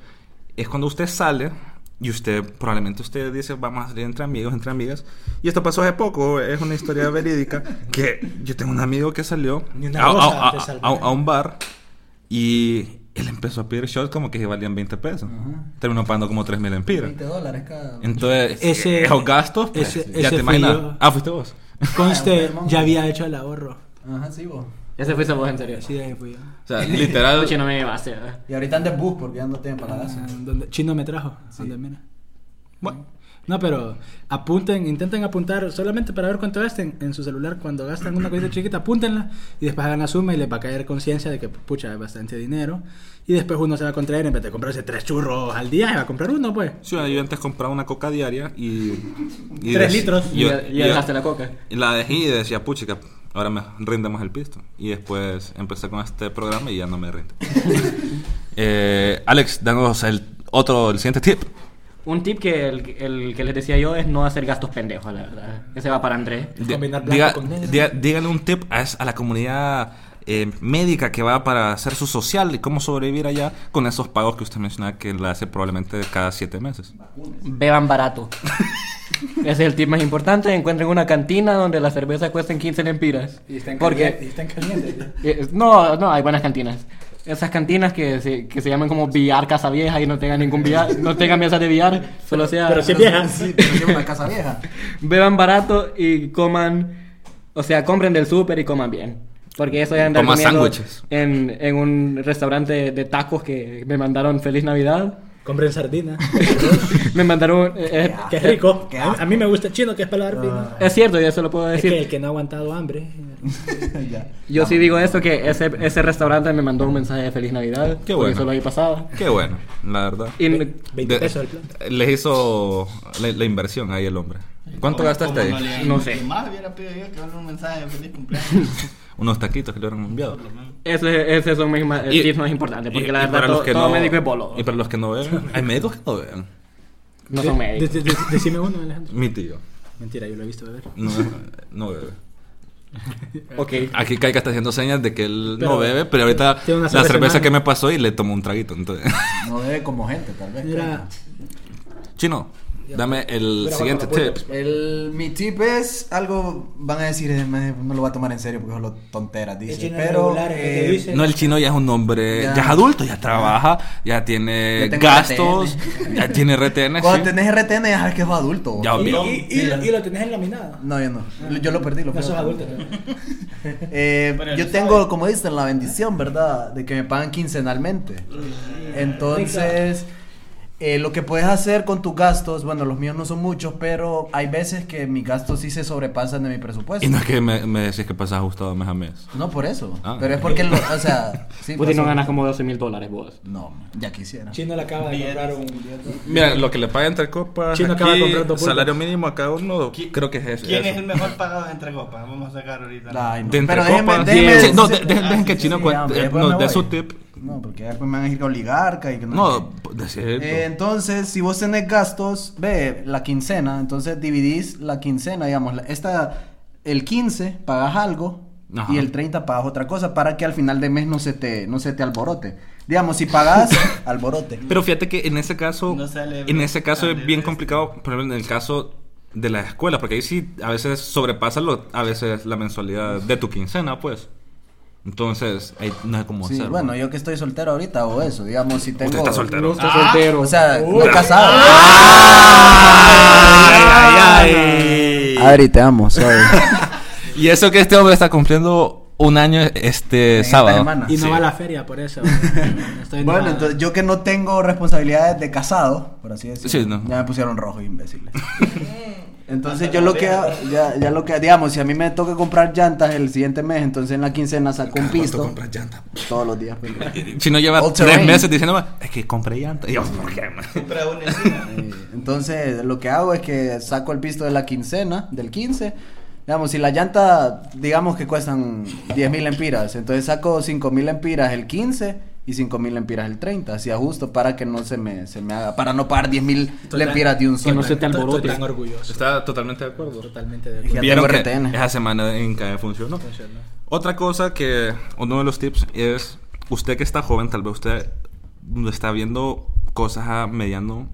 A: es cuando usted sale y usted, probablemente usted dice, vamos a salir entre amigos, entre amigas, y esto pasó hace poco, es una historia verídica, que yo tengo un amigo que salió
B: Ni
A: a,
B: una
A: a-
B: rosa
A: a-
B: te salva.
A: a- a un bar y él empezó a pedir shots como que valían 20 pesos,
C: Ajá.
A: terminó pagando como 3 mil empiras.
C: 20 dólares cada.
A: Entonces,
B: Ese-
A: esos gastos, pues,
B: ese-
A: ya
B: ese
A: te
B: fui
A: imaginas.
B: yo.
A: Ah, fuiste vos.
E: Ah,
B: conste,
C: enfermo.
B: ya había hecho el ahorro.
C: Ajá, sí, vos.
E: Ese fuiste vos en serio.
B: Sí, ahí fui yo.
A: O sea, literal.
E: Puchi, no me llevaste. ¿verdad?
C: Y ahorita andas bus porque ya no tienen para la
B: Ah,
C: gasolina.
B: donde- Chino me trajo.
C: Sí.
B: donde mira. Bueno. No, pero apunten, intenten apuntar solamente para ver cuánto gasten en su celular. Cuando gastan una cosita chiquita, apúntenla y después hagan la suma y les va a caer conciencia de que, pucha, es bastante dinero. Y después uno se va a contraer en vez de comprarse tres churros al día, se va a comprar uno, pues.
A: Sí, yo antes compraba una coca diaria y. y
B: Tres
A: dec-
B: litros.
A: yo-
E: Y ya- y
A: yo-
E: ya dejaste la coca.
A: y la dejé y decía, puchica, ahora me rinde más el pisto. Y después empecé con este programa y ya no me rinde. Eh, Alex, danos el otro, el siguiente tip.
E: Un tip que el, el que les decía yo es no hacer gastos pendejos, la verdad. Ese va para Andrés.
A: Di-
B: Combinar blanco
A: diga-
B: con negro.
A: diga- dígale un tip a, es- a la comunidad eh, médica que va para hacer su social y cómo sobrevivir allá con esos pagos que usted menciona que la hace probablemente cada siete meses.
E: Beban barato. Ese es el tip más importante. Encuentren una cantina donde la cerveza cuesten 15 lempiras. Porque eh, no, no, hay buenas cantinas. Esas cantinas que se, que se llaman como billar casa vieja y no tengan ningún billar, no tengan mesas de billar, solo sea
B: pero sí es vieja.
C: Sí, pero sí es una casa vieja.
E: beban barato y coman, o sea, compren del súper y coman bien. Porque eso ya andar
A: Coman
E: comiendo
A: sándwiches.
E: en, en un restaurante de tacos que me mandaron Feliz Navidad.
B: Compren sardinas.
E: me mandaron... eh, eh,
B: Qué rico.
C: Qué asco.
B: a mí me gusta el chino, que es palabra fina.
E: Ah. Es cierto, yo eso lo puedo
B: Es
E: decir.
B: que el que no ha aguantado hambre.
C: Ya.
E: Yo sí digo esto, que ese, ese restaurante me mandó un mensaje de Feliz Navidad.
A: Qué
E: porque
A: bueno.
E: Solo ahí pasaba.
A: Qué bueno, la verdad.
E: Y
B: Ve- 20
A: De-
B: pesos el plato.
A: Les hizo la, la inversión ahí el hombre. ¿Cuánto este
D: Como-
A: gastaste
D: como
A: ahí?
D: No, le-
E: No sé.
D: que más hubiera pedido yo que un mensaje de feliz cumpleaños.
A: Unos taquitos que le hubieran enviado.
E: eso es, ese es un mis ma- el
A: Y-
E: tip más importante, porque
A: y-
E: la
A: y
E: verdad
A: para
E: todo,
A: los que
E: todo
A: no-
E: médico es bolo.
A: Y para los que no ven, hay médicos que no ven.
E: No son médicos.
B: De- de- de- decime uno, Alejandro.
A: Mi tío.
B: Mentira, yo lo he visto beber.
A: No, no bebe.
E: Ok.
A: Aquí Kaika está haciendo señas de que él
B: Pero-
A: no bebe, pero ahorita
B: Tiene una
A: la
B: cerveza en
A: cerveza
B: mano.
A: que me pasó y le tomó un traguito. Entonces.
C: No debe como gente, tal vez.
B: Mira,
A: Chino, dame el
B: Mira,
A: siguiente
B: guarda,
A: tip.
C: pues, El, mi tip es algo, van a decir, eh, me- no lo va a tomar en serio porque es solo tonteras,
B: Es
C: dice.
B: lleno de
C: Pero
B: regulares, ¿qué te
C: eh,
B: dice?
A: No, el chino ya es un hombre,
C: Ya.
A: ya, es adulto, ya trabaja, ya tiene
C: Ya tengo
A: gastos,
C: RTN.
A: ya tiene retenes.
C: cuando tenés RTN ya sabes que sos adulto.
A: Ya,
C: vos.
B: y,
A: obvio.
B: y- y lo, y lo tenés enlaminado.
C: No, yo no. Yo lo perdí, lo
B: No
C: perdí.
B: sos adulto.
C: Eh,
D: Pero
C: yo
D: él
C: tengo,
D: sabe.
C: como dicen, la bendición, ¿verdad? De que me pagan quincenalmente. Entonces, eh, lo que puedes hacer con tus gastos, bueno, los míos no son muchos, pero hay veces que mis gastos sí se sobrepasan de mi presupuesto.
A: Y no es que me, me decís que pasas ajustado mes a mes.
C: No por eso.
A: Ah.
C: pero es porque, lo- o sea, sí,
E: Puti, no
C: pasó.
E: ganas como 12 mil dólares vos.
C: No, ya quisiera.
B: Chino le acaba de comprar un billete.
A: Mira, lo que le paga entre copas,
B: Chino acaba de
A: aquí,
B: comprar dos pulgas.
A: salario mínimo a cada uno,
D: ¿Qui-
A: creo que es eso.
D: ¿Quién
A: eso.
D: es el mejor pagado de entre copas? Vamos a sacar ahorita.
C: Ay, no.
A: De entre
C: Pero déjeme-
A: copas,
C: déjeme
A: sí,
C: decir- Ah,
A: no, de- dejen- dejen que
C: sí,
A: Chino
C: sí,
A: cuente-
C: hombre,
A: eh,
C: después
A: nos
C: me
A: dé
C: voy.
A: su tip.
C: No, porque después me van a decir que oligarca y que no. sé
A: No,
C: qué.
A: decir.
C: Eh, entonces, si vos tenés gastos, ve la quincena, entonces dividís la quincena, digamos, la- esta, el 15 pagas algo
A: Ajá.
C: y el 30 pagas otra cosa para que al final de mes no se te, no se te alborote. Digamos, si pagas, alborote.
A: Pero fíjate que en ese caso,
D: No sale
A: en ese caso
D: tan
A: es bien
C: este.
D: de-
A: complicado. Por ejemplo, en el caso de las escuelas, porque ahí sí a veces sobrepasa lo- a veces la mensualidad de tu quincena, pues. Entonces, ahí no sé cómo
C: Sí,
A: hacer.
C: bueno,
A: ¿no?
C: yo que estoy soltero ahorita o eso, digamos, si tengo...
A: Usted está soltero.
E: estoy soltero.
C: O sea, no
B: Uy.
C: casado.
A: Ay, ay, ay.
C: Adri, te amo, sorry.
A: Y eso que este hombre está cumpliendo un año este
C: En esta
A: sábado.
C: semana.
B: Y no
A: Sí.
B: va a la feria por eso. Estoy
C: Bueno,
B: enojado.
C: entonces yo que no tengo responsabilidades de casado, por así decirlo,
A: Sí, no.
C: ya me pusieron rojo, imbéciles. Entonces yo lo que ya, ya lo que digamos, si a mí me toca comprar llantas el siguiente mes, entonces en la quincena saco un pisto
A: llanta?
C: todos los días. pues, pero-
A: Si no lleva
C: All
A: tres
C: terrain.
A: meses diciendo, es que compré llanta. Y yo, ¿por qué, man?
D: Compra una encima.
C: Eh, Entonces lo que hago es que saco el pisto de la quincena, del 15. Digamos, si la llanta, digamos que cuestan 10 mil empiras, entonces saco 5 mil empiras el 15 y 5 mil empiras el 30, así ajusto para que no se me, se me haga, para no pagar 10 mil empiras de un
B: Estoy
E: no
C: solo.
B: tan-
E: se te
B: estoy-
E: alborote.
B: Estoy tan orgulloso.
A: Está totalmente de acuerdo.
B: Totalmente de
C: Es que
B: acuerdo.
C: ya
A: Vieron
C: tengo
A: que
C: RTN.
A: esa semana en CAE funcionó.
B: Funciona.
A: Otra cosa que uno de los tips es, usted que está joven, tal vez usted está viendo cosas a mediano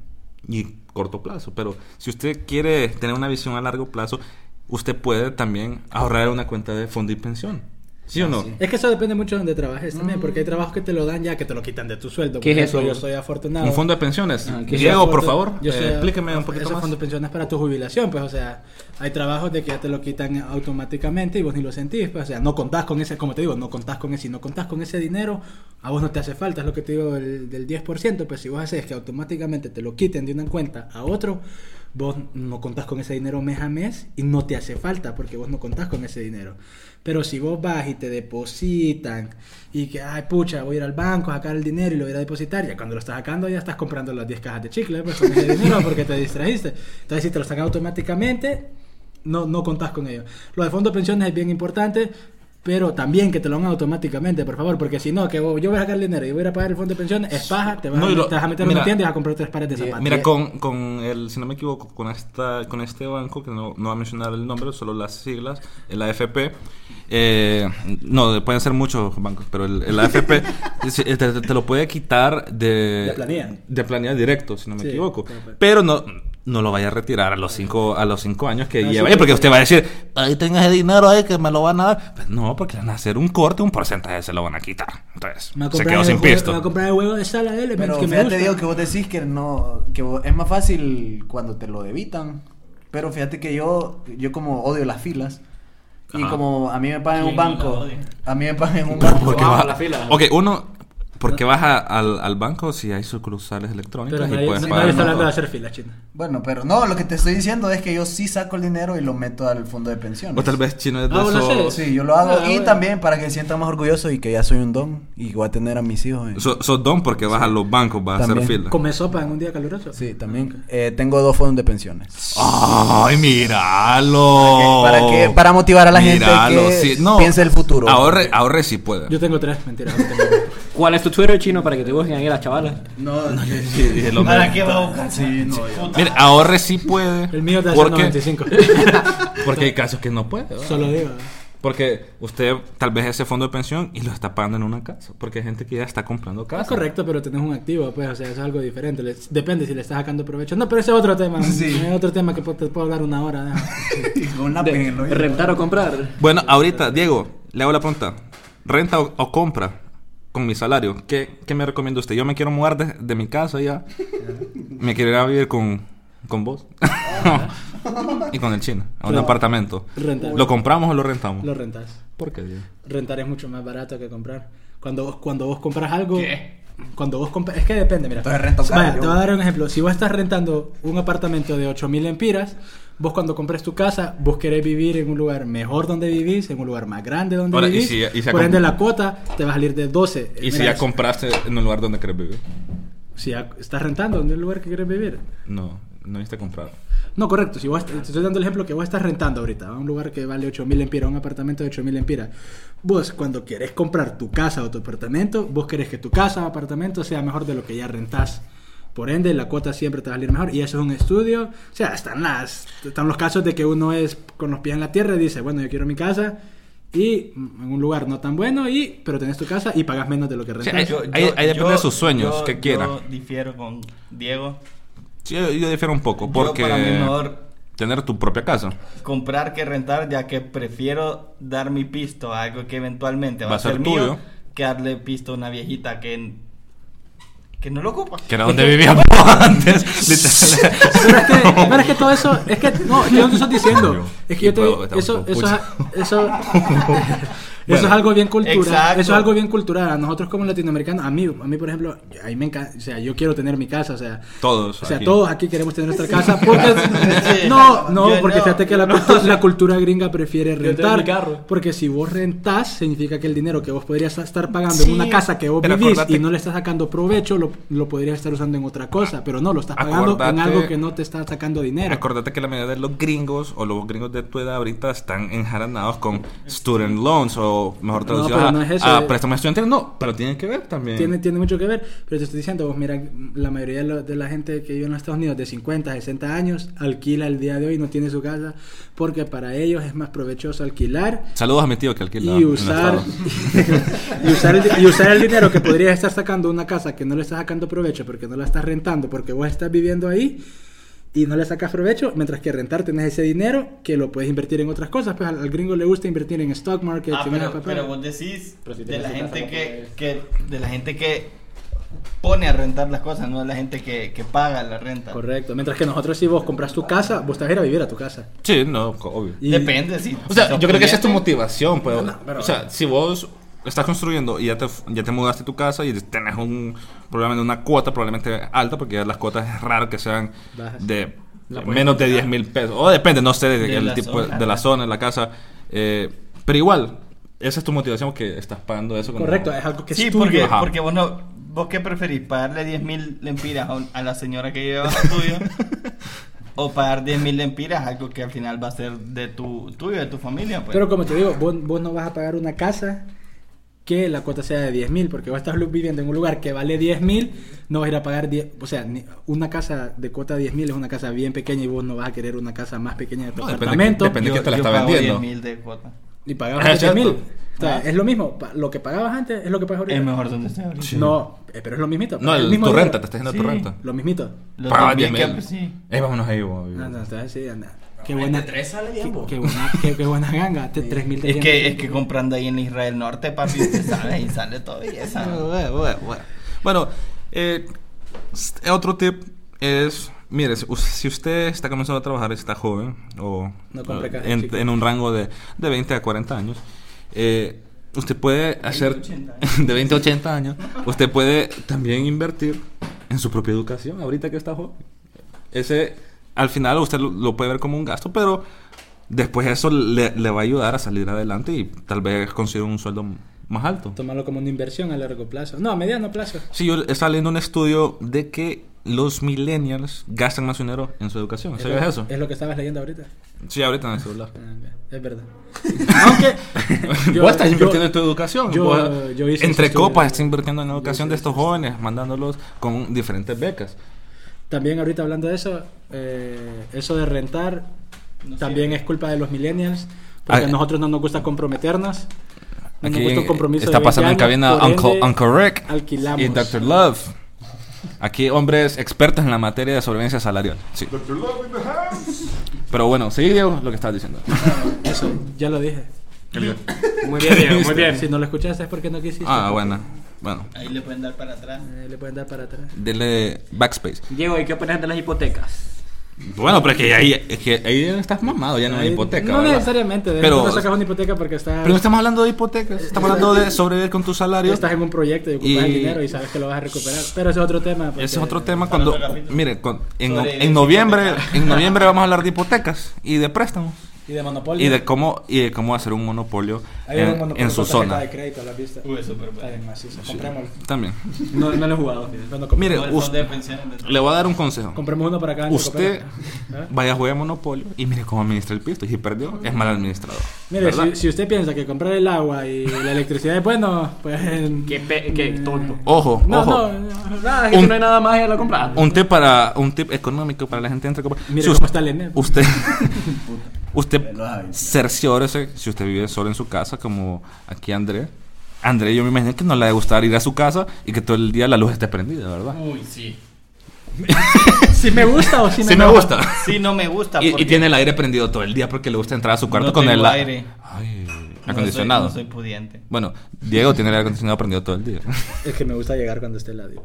A: y corto plazo, pero si usted quiere tener una visión a largo plazo, usted puede también ahorrar una cuenta de fondo y pensión. ¿Sí o no?
B: Es que eso depende mucho de donde trabajes también, porque hay trabajos que te lo dan ya, que te lo quitan de tu sueldo.
E: ¿Qué
B: Por
E: es eso?
B: ejemplo, Yo soy afortunado.
A: Un fondo de pensiones.
E: Ah, que
A: Diego,
B: Yo
A: por
B: soy-
A: favor,
B: yo soy-
A: eh, explíqueme un poquito
B: esos
A: más.
B: fondos de pensiones para tu jubilación, pues, o sea, hay trabajos de que ya te lo quitan automáticamente y vos ni lo sentís, pues, o sea, no contás con ese, como te digo, no contás con ese, si no contás con ese dinero, a vos no te hace falta, es lo que te digo del, del 10%, pues si vos haces que automáticamente te lo quiten de una cuenta a otro, vos no contás con ese dinero mes a mes y no te hace falta porque vos no contás con ese dinero. Pero si vos vas y te depositan y que, ay, pucha, voy a ir al banco a sacar el dinero y lo voy a depositar, ya cuando lo estás sacando ya estás comprando las 10 cajas de chicle pues, con ese dinero porque te distrajiste. Entonces, si te lo sacan automáticamente, no, no contás con ello. Lo de fondo de pensiones es bien importante. Pero también que te lo hagan automáticamente, por favor, porque si no, que vos- yo voy a sacar el dinero y voy a ir a pagar el fondo de pensiones, es paja, te vas,
A: No,
B: a,
A: y lo-
B: te vas a meter en
A: mira,
B: una tienda y vas a comprar tres pares de zapatos.
A: Mira, con, con el, si no me equivoco, con esta, con este banco, que no, no va a mencionar el nombre, solo las siglas, el AFP, eh, no, pueden ser muchos bancos, pero el, el AFP es- eh, te, te- te lo puede quitar de...
B: De planilla.
A: De planilla directo, si no me
B: Sí, pues.
A: equivoco.
B: te lo puede.
A: Pero no... No lo vaya a retirar a los cinco, a los cinco años que
B: No,
A: lleva.
B: sí,
A: Eh, Porque
B: pero-
A: usted va a decir, ahí tengo ese dinero ahí que me lo van a dar. Pues no, porque le van a hacer un corte, un porcentaje se lo van a quitar. Entonces,
B: Me voy a
A: se
B: comprar
A: quedó
B: el
A: sin
B: juego-
A: pisto.
B: Me voy a comprar el huevo de sala de Elements
C: Pero
B: que me
C: fíjate,
B: gusta.
C: digo que vos decís que no, que vos- es más fácil cuando te lo debitan. Pero fíjate que yo, yo como odio las filas. Y
A: Ajá.
C: como a mí me pagan en un
D: ¿Quién no
C: banco.
D: la odia?
C: A mí me pagan en un
A: Pero
C: banco.
A: ¿por qué
E: Vamos
A: vas
E: a la fila.
A: Ok, uno, ¿por qué vas a- al, al banco si hay sucursales
B: Pero
A: electrónicas y
B: nadie,
A: puedes
B: nadie
A: pagar?
B: está hablando de
A: todo?
B: hacer filas, China.
C: Bueno, pero no, lo que te estoy diciendo es que yo sí saco el dinero y lo meto al fondo de pensiones.
A: O tal vez chino es de
B: Ah, bueno,
A: esos-
C: Sí, yo lo hago.
B: Ah,
C: y
B: bueno.
C: también para que se sienta más orgulloso y que ya soy un don y voy a tener a mis hijos. eh.
A: so- sos don porque vas a los bancos, vas a
C: También.
A: hacer fila.
B: Come sopa en un día caluroso.
C: Sí, también. Eh, tengo dos fondos de pensiones.
A: Ay, míralo.
C: ¿Para qué? Para motivar a la gente que piense el futuro.
A: Ahorre, ahorre si puede.
B: Yo tengo tres, mentira. yo tengo tres.
E: ¿Cuál es tu Twitter chino para que te busquen ahí las chavalas?
C: No, no,
A: Sí, dije, lo
D: ¿Para
A: mismo.
D: qué va a buscar?
C: sí, no, yo-
A: Mire, ahorre si puede.
B: El mío te hace
A: porque,
B: 95.
A: porque hay casos que no puede. ¿verdad?
B: Solo digo.
C: Ah,
A: Porque usted tal vez ese fondo de pensión y lo está pagando en una casa. Porque hay gente que ya está comprando
B: Es
A: casa.
B: Ah, correcto, pero tenés un activo, pues, o sea, eso es algo diferente. le- depende si le estás sacando provecho. No, pero ese es otro tema.
C: Sí.
B: Es otro tema que po- te puedo hablar una hora. deja.
C: Y con una
E: De-
C: pena en el oído.
E: ¿Rentar o comprar?
A: Bueno, ahorita, Diego, le hago la pregunta. ¿Renta o, o compra con mi salario? ¿Qué, qué me recomienda usted? Yo me quiero mudar de, de mi casa ya. Me quiero ir a vivir con, con vos. y con el chino, a un
B: Pero-
A: apartamento.
B: Rentar.
A: ¿Lo compramos o lo rentamos?
B: Lo rentas.
A: ¿Por qué, Diego?
B: rentar es mucho más barato que comprar. Cuando vos, cuando vos compras algo...
D: ¿Qué?
B: Cuando vos compras... Es que depende, mira.
C: Entonces rento caro,
B: Vaya,
C: yo.
B: te voy a dar un ejemplo. Si vos estás rentando un apartamento de 8.000 empiras, vos cuando compres tu casa, vos querés vivir en un lugar mejor donde vivís, en un lugar más grande donde
A: Ahora, ¿y
B: vivís.
A: si- y si
B: Por
A: acom-
B: ende, la cuota te va a salir de 12.
A: ¿Y
B: Mira,
A: si ya compraste en un lugar donde querés vivir?
B: si ya estás rentando en un lugar que quieres vivir.
A: No, no viste comprar.
B: No, correcto. Si vos, te estoy dando el ejemplo que vos estás rentando ahorita, a un lugar que vale 8000 empiras, un apartamento de 8000 empiras. Vos, cuando querés comprar tu casa o tu apartamento, vos querés que tu casa o apartamento sea mejor de lo que ya rentás. Por ende, la cuota siempre te va a salir mejor. Y eso es un estudio. O sea, están, las, están los casos de que uno es con los pies en la tierra y dice, bueno, yo quiero mi casa. Y mm, en un lugar no tan bueno, y, pero tenés tu casa y pagas menos de lo que rentas.
A: hay- ahí- ahí depende de sus sueños, que quiera.
D: Yo difiero con Diego.
A: Sí, yo, yo difiero un poco
D: Yo,
A: porque...
D: para mí mejor
A: Tener tu propia casa.
D: comprar que rentar, ya que prefiero dar mi pisto a algo que eventualmente va,
A: Va
D: a
A: a
D: ser,
A: ser
D: mío
A: tuyo.
D: que darle pisto a una viejita que, que no lo ocupa.
A: Que era donde vivíamos antes. Literal.
B: Pero es que, pero es que todo eso, es que no, es que yo no te estoy diciendo. Es que yo te
A: Y puedo-
B: eso, eso,
A: pucha.
B: es- eso, eso es algo bien cultural.
D: exacto.
B: Eso es algo bien cultural. A nosotros como latinoamericanos, a mí, a mí por ejemplo, a mí me encanta, o sea, yo quiero tener mi casa, o sea,
A: Todos.
B: o sea,
A: aquí.
B: todos aquí queremos tener nuestra casa. Porque,
D: Sí.
B: no, no,
D: Yo
B: porque
D: no,
B: fíjate que
D: yo
B: la,
D: no.
B: cultu- la cultura gringa prefiere
E: tengo
B: rentar.
E: mi carro.
B: Porque si vos rentás, significa que el dinero que vos podrías estar pagando en una casa que vos
A: pero
B: vivís
A: acordate-
B: y no le estás sacando provecho, lo, lo podrías estar usando en otra cosa. Pero no, lo estás pagando en
A: Acordate-
B: algo que no te está sacando dinero.
A: Acordate que la mayoría de los gringos o los gringos de tu edad ahorita están enjaranados con student loans o mejor traducido
B: pero
A: a,
B: no es eso,
A: a
B: eh.
A: préstamos estudiantiles. No, pero tienen que ver también.
B: Tiene, tiene mucho que ver, pero te estoy diciendo, vos mira, la mayoría de, lo- de la gente que vive en los Estados Unidos de 50, 60 años alquila el día de hoy, no tiene su casa, porque para ellos es más provechoso alquilar
A: Saludos a mi tío que alquila.
B: y
A: en
B: usar
A: Estados.
B: y usar el, di- y usar el dinero que podrías estar sacando de una casa que no le estás sacando provecho porque no la estás rentando porque vos estás viviendo ahí y no le sacas provecho mientras que rentar tenés ese dinero que lo puedes invertir en otras cosas pues al, al gringo le gusta invertir en stock market
D: Ah,
B: en esas
D: pero,
B: paperas.
D: pero vos decís
E: Pero si
D: de
E: tenés
D: la
E: tu casa,
D: gente
E: no
D: que,
E: podés.
D: que de la gente que pone a rentar las cosas, no de la gente que, que paga la renta.
B: correcto mientras que nosotros si vos compras tu casa vos te vas a ir a vivir a tu casa
A: Sí, no, co- obvio.
B: Y-
D: Depende, sí.
A: O sea,
D: si sos
A: yo creo que esa es tu
D: pudiente.
A: motivación, pues. o sea, si vos estás construyendo y ya te, ya te mudaste a tu casa y tenés un probablemente una cuota probablemente alta, porque ya las cuotas es raro que sean
B: Bajas.
A: de
B: La puedes
A: menos de 10 mil pesos. O depende, no sé, de-
D: De
A: el
D: la
A: tipo
D: zona,
A: de la
D: ajá.
A: zona, la casa. eh, pero igual, esa es tu motivación que estás pagando eso. como-
B: correcto es algo que
D: Sí,
B: es tuyo.
D: porque,
A: Ajá.
D: porque vos no. ¿Vos qué preferís? ¿Pagarle 10 mil lempiras a, un- a la señora que lleva tuyo? ¿O pagar 10 mil lempiras? Algo que al final va a ser de tu, tuyo, de tu familia. Pues.
B: Pero como te digo, vos, vos no vas a pagar una casa que la cuota sea de 10 mil, porque vos estás lu- viviendo en un lugar que vale 10 mil, no vas a ir a pagar 10, o sea, ni- una casa de cuota de 10 mil es una casa bien pequeña y vos no vas a querer una casa más pequeña de tu
A: No, depende
B: apartamento
A: que- depende Ah, que te la está
D: pago
A: vendiendo.
D: 10.000 de cuota.
B: y pagabas 10 mil. O sea,
D: Ah.
B: es lo mismo, pa- lo que pagabas antes es lo que pagas ahorita.
D: Es mejor donde estoy ahorita.
B: No, eh, pero es lo mismito.
A: No,
B: es
A: el-
B: el mismo
A: tu
B: dinero.
A: renta, te estás haciendo tu
D: Sí.
A: renta.
B: Lo mismito.
D: Lo
A: Pagas
D: también
A: 10.000.
D: que- pues, sí.
A: Eh, vámonos ahí, vos.
B: No, no, entonces sí, anda. Qué
C: Entre
B: buena,
C: tres sale bien,
B: qué,
C: vos.
B: qué buena, qué, qué buena ganga. te- 3.300.
D: Es que, es que comprando ahí en Israel Norte, papi, te sabes, y sale todo y esa.
A: Bueno, eh, s- otro tip es, mire, si us- si usted está comenzando a trabajar, está joven o
B: No compre
A: o
B: cajas
A: en,
B: chicas.
A: en un rango de, de 20 a 40 años, eh, usted puede hacer
D: 80
A: de 20 a 80 años, usted puede también invertir en su propia educación ahorita que está joven. Ese, al final, usted lo, lo puede ver como un gasto, pero después eso le, le va a ayudar a salir adelante y tal vez consiga un sueldo m- más alto.
B: Tomarlo como una inversión a largo plazo. No, a mediano plazo.
A: Sí, yo estaba leyendo un estudio de que los millennials gastan más dinero en su educación.
B: lo-
A: ¿Sabías eso?
B: Es lo que estabas leyendo ahorita.
A: Sí, ahorita en el celular.
B: Ah, ok. Es verdad. Aunque. yo-
A: vos estás
B: yo-
A: invirtiendo en tu educación.
B: yo-
A: Vos,
B: yo hice
A: entre
B: ese estudio.
A: copas, estás invirtiendo en la
B: Yo
A: educación
B: hice
A: de
B: ese
A: estos jóvenes, mandándolos con diferentes becas.
B: También ahorita hablando de eso, eh, eso de rentar
D: No
B: también
D: sirve.
B: es culpa de los millennials. Porque
A: Ah,
B: a nosotros no nos gusta comprometernos. No nos
A: Aquí
B: gusta un compromiso.
A: está
B: de
A: pasando en
B: 20
A: cabina
B: años,
A: Uncle,
B: por ende,
A: Uncle Rick
B: Alquilamos.
A: y Dr. Love. Aquí hombres expertos en la materia de sobrevivencia salarial. Sí. Pero bueno, sí, Diego, lo que estás diciendo.
B: Eso, ya lo dije.
E: Muy bien, Diego, muy bien.
B: Si no lo escuchaste es porque no quisiste.
A: Este, Ah, bueno. Bueno,
D: Ahí le pueden dar para atrás.
B: Eh, le pueden dar para atrás.
A: dele backspace.
E: Diego, ¿y qué opinas de las hipotecas?
A: Bueno, pero es que ahí, es que ahí estás mamado, ya no hay
B: Ahí-
A: hipoteca.
B: No
A: ¿verdad?
B: necesariamente. De
A: Pero-
B: pero, no sacas una hipoteca porque estás,
A: Pero no estamos hablando de hipotecas, estamos hablando de sobrevivir con tu salario.
B: estás en un proyecto y ocupas
A: Y-
B: el dinero y sabes que lo vas a recuperar. Pero ese es otro tema.
A: Ese
B: porque-
A: es otro tema
D: Para
A: cuando...
D: otro capítulo.
A: Mire, con- en, no-
D: Sobrevivir
A: en noviembre en noviembre vamos a hablar de hipotecas y de préstamos.
B: Y de monopolio.
A: Y de cómo, y de cómo hacer un monopolio
B: Ahí
A: en,
B: hay un monopolio
A: en su
B: con tarjeta
A: zona.
B: de crédito, ¿lo has visto?
D: Uy, súper
B: Está bien macizo. Compremos,
A: También.
E: No, no lo he jugado.
B: cuando comp-
A: Mire,
D: Todo el fondo
A: us-
D: de pensiones de-
A: le voy a dar un consejo.
B: compremos uno para acá. en
A: Usted
B: Coopera. ¿Ah?
A: vaya a jugar monopolio y mire cómo administra el pisto. Y si perdió, es mal administrador.
B: Mire,
A: ¿verdad?
B: si, si usted piensa que comprar el agua y la electricidad es bueno, pues...
E: Qué pe- qué tonto.
A: Ojo,
B: No,
A: ojo.
B: no, no,
E: Mm.
B: nada.
E: Ah, Es que
A: Un-
E: no hay nada más, ya lo compraste.
A: Un tip para un tip económico para la gente entre copas.
B: Mire
A: Si
B: cómo
A: usted-
B: está el ENEP.
A: Usted usted
C: Lo sabe.
A: cerciórese si usted vive solo en su casa como aquí André. André, yo me imagino que no le debe gustar ir a su casa y que todo el día la luz esté prendida, ¿verdad?
D: Uy, sí.
B: Si me gusta o si no
A: Sí me
B: no?
A: gusta.
D: Sí, no me gusta.
A: Y, y
D: porque
A: tiene el aire prendido todo el día porque le gusta entrar a su cuarto
D: No
A: con
D: tengo
A: el a-
D: aire.
A: Ay,
D: no
A: acondicionado.
D: soy- No soy, pudiente.
A: Bueno, Diego tiene el aire acondicionado prendido todo el día.
B: Es que me gusta llegar cuando esté el audio.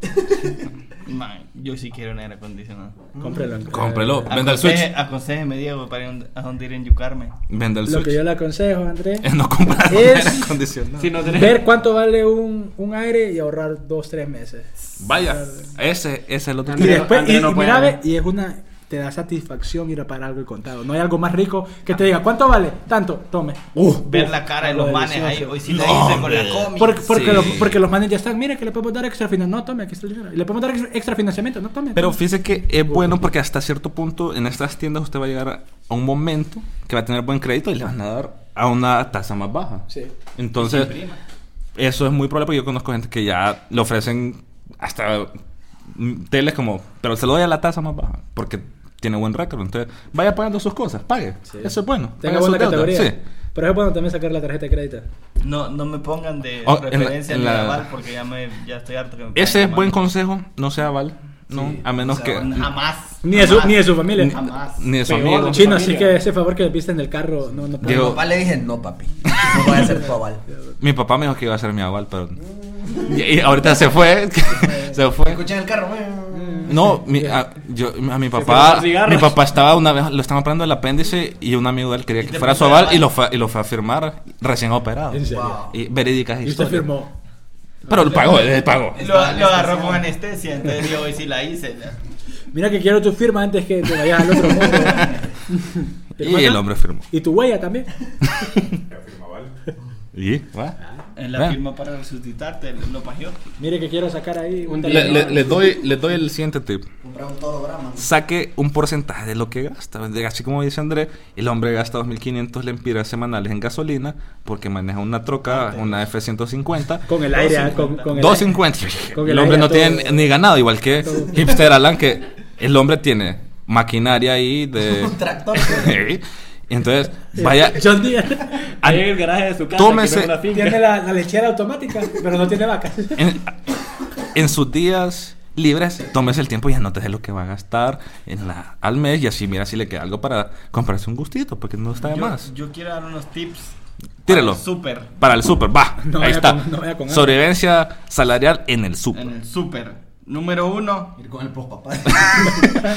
D: Man, yo sí quiero un aire acondicionado.
B: Cómprelo. en-
A: Cómprelo.
B: Eh,
A: Venda el
D: Aconseje-
A: Switch.
D: Aconsejeme, Diego, para ir a dónde ir a enyucarme.
A: Vende el
B: Lo que yo
A: Switch.
B: le aconsejo, Andrés,
A: No comprar un
B: Es-
A: aire acondicionado.
E: Si no tenés-
B: ver cuánto vale un, un aire y ahorrar dos, tres meses.
A: Vaya, ese, ese es el otro.
E: Y
B: Y
E: Andrés-
A: tema.
B: después,
E: Andrés
B: y,
E: no
B: y
E: puede
B: mira,
E: ver.
B: ve, y es una, te da satisfacción ir a pagar algo y contado. No hay algo más rico que te diga, ¿cuánto vale? Tanto, tome.
D: Ver la cara de los manes ahí. Hoy sí la
A: No,
D: hice con la
A: hombre.
D: comi.
B: Porque, porque,
A: Sí.
B: los, porque los manes ya están, mira que le podemos dar extra financiamiento. No, tome, aquí está el dinero. Y le podemos dar ex- extra financiamiento. No, tome.
A: Pero
B: tome.
A: fíjese que es bueno porque hasta cierto punto en estas tiendas usted va a llegar a un momento que va a tener buen crédito y le van a dar a una tasa más baja.
B: Sí.
A: Entonces, eso es muy probable porque yo conozco gente que ya le ofrecen hasta mm, teles como, pero se lo doy a la tasa más baja porque tiene buen récord. Entonces, vaya pagando sus cosas, pague.
B: Sí.
A: Eso es bueno.
B: Tenga
A: Paga
B: buena
A: sus deudas,
B: categoría.
A: Sí.
B: Pero es bueno también sacar la tarjeta de crédito.
D: No, no me pongan de
A: Oh, en la-
D: referencia
A: en
D: ni
A: la-
D: naval porque ya, me, ya estoy harto que me
A: Ese es buen
D: pongan
A: consejo, no sea aval, no,
C: Sí,
A: a menos
C: o sea,
A: que
D: mal. Jamás.
B: Ni de su,
D: jamás.
B: ni de su familia.
D: Jamás.
A: ni de su
E: Peor,
A: amigo.
B: Chino,
E: Familia.
B: así que ese favor que me viste en el carro, no, no puedo.
A: Diego.
C: A mi papá le dije, no, papi. No voy a ser tu aval.
A: Mi papá me dijo que iba a ser mi aval, pero y, y ahorita se fue, se fue.
C: Escuché en el carro. mm.
A: No, mi, a, yo- a mi
E: fueron
A: papá,
E: los cigarros.
A: mi papá estaba una vez, lo estaban operando el apéndice y un amigo de él quería
D: Y
A: que
D: te
A: fuera su
D: puso la
A: aval y
D: mano.
A: lo fue, y lo fue a firmar recién operado.
B: En serio.
C: Wow.
A: Y verídicas
B: Y usted
A: historias.
B: firmó.
A: Pero lo pagó, él pagó.
D: Lo, lo agarró con anestesia, entonces yo hoy sí la hice. la-
B: Mira que quiero tu firma antes que te vayas al otro mundo.
A: Y el hombre firmó.
B: Y tu huella también.
A: ¿Y? ¿Va?
D: En la
A: Vean.
D: firma para resucitarte, lo pagió.
B: Mire que quiero sacar ahí un
A: Le, le-
B: teléfono.
A: le doy, le doy el siguiente tip.
C: Comprar un toro brama.
A: Saque un porcentaje de lo que gasta. De- Así como dice Andrés, el hombre gasta 2.500 lempiras semanales en gasolina porque maneja una troca, una F-150.
B: Con el aire, ah, con, con el aire.
A: 250.
B: Con
A: el,
B: el
A: hombre
B: aire
A: no
B: todo-
A: tiene ni ganado, igual que
B: todo.
A: Hipster Alan, que el hombre tiene maquinaria ahí de.
C: Un tractor.
A: Sí. Entonces, vaya.
B: John Deere
E: Ahí en el garaje de su casa.
A: Tómese-
E: que no es una finca.
B: tiene la, la lechera automática, pero no tiene vacas.
A: En, en sus días libres, tómese el tiempo y anótese lo que va a gastar en la, al mes y así mira si le queda algo para comprarse un gustito, porque no está de
D: Yo,
A: más.
D: yo quiero dar unos tips.
A: Tírelo.
D: Súper.
A: Para el super, va.
B: No
A: ahí
B: vaya
A: está.
B: con- no vaya con hambre.
A: Sobrevivencia salarial en el
D: En
A: super.
D: el súper. Número uno.
C: Ir con el post papá.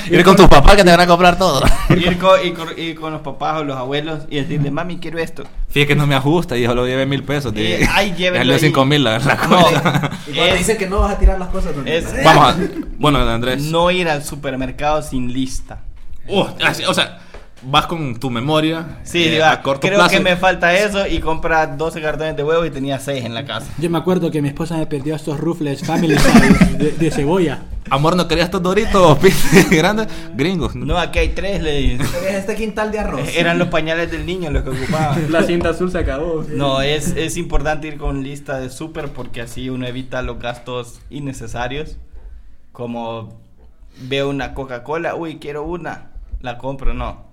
A: Ir con tus papás que te van a comprar todo.
D: Ir con, ir con- ir con los papás o los abuelos y decirle, mami, quiero esto.
A: Fíjate que no me ajusta y yo lo lleve mil pesos.
D: Eh, ay, llévenlo
A: Déjale
D: ahí.
A: cinco mil la, la
D: No,
A: cuenta.
C: Y cuando te
D: es
C: dice que no vas a tirar las cosas, no
D: es-
C: tiras.
A: Vamos a. Bueno, Andrés.
D: no ir al supermercado sin lista.
A: Uh, así, o sea, vas con tu memoria.
D: Sí,
A: eh,
D: digo, ah,
A: a corto
D: creo
A: plazo.
D: que me falta eso y compra 12 cartones de huevo y tenía 6 en la casa.
B: Yo me acuerdo que mi esposa me perdió estos rufles family size de, de cebolla.
A: Amor, ¿no querías estos doritos pizza grandes? Gringos.
D: No, aquí hay 3, le dije.
C: Es este quintal de arroz.
D: Eran los pañales del niño los que ocupaba.
E: La cinta azul se acabó.
D: No, es, es importante ir con lista de súper porque así uno evita los gastos innecesarios. Como veo una Coca-Cola, uy, quiero una, la compro, no.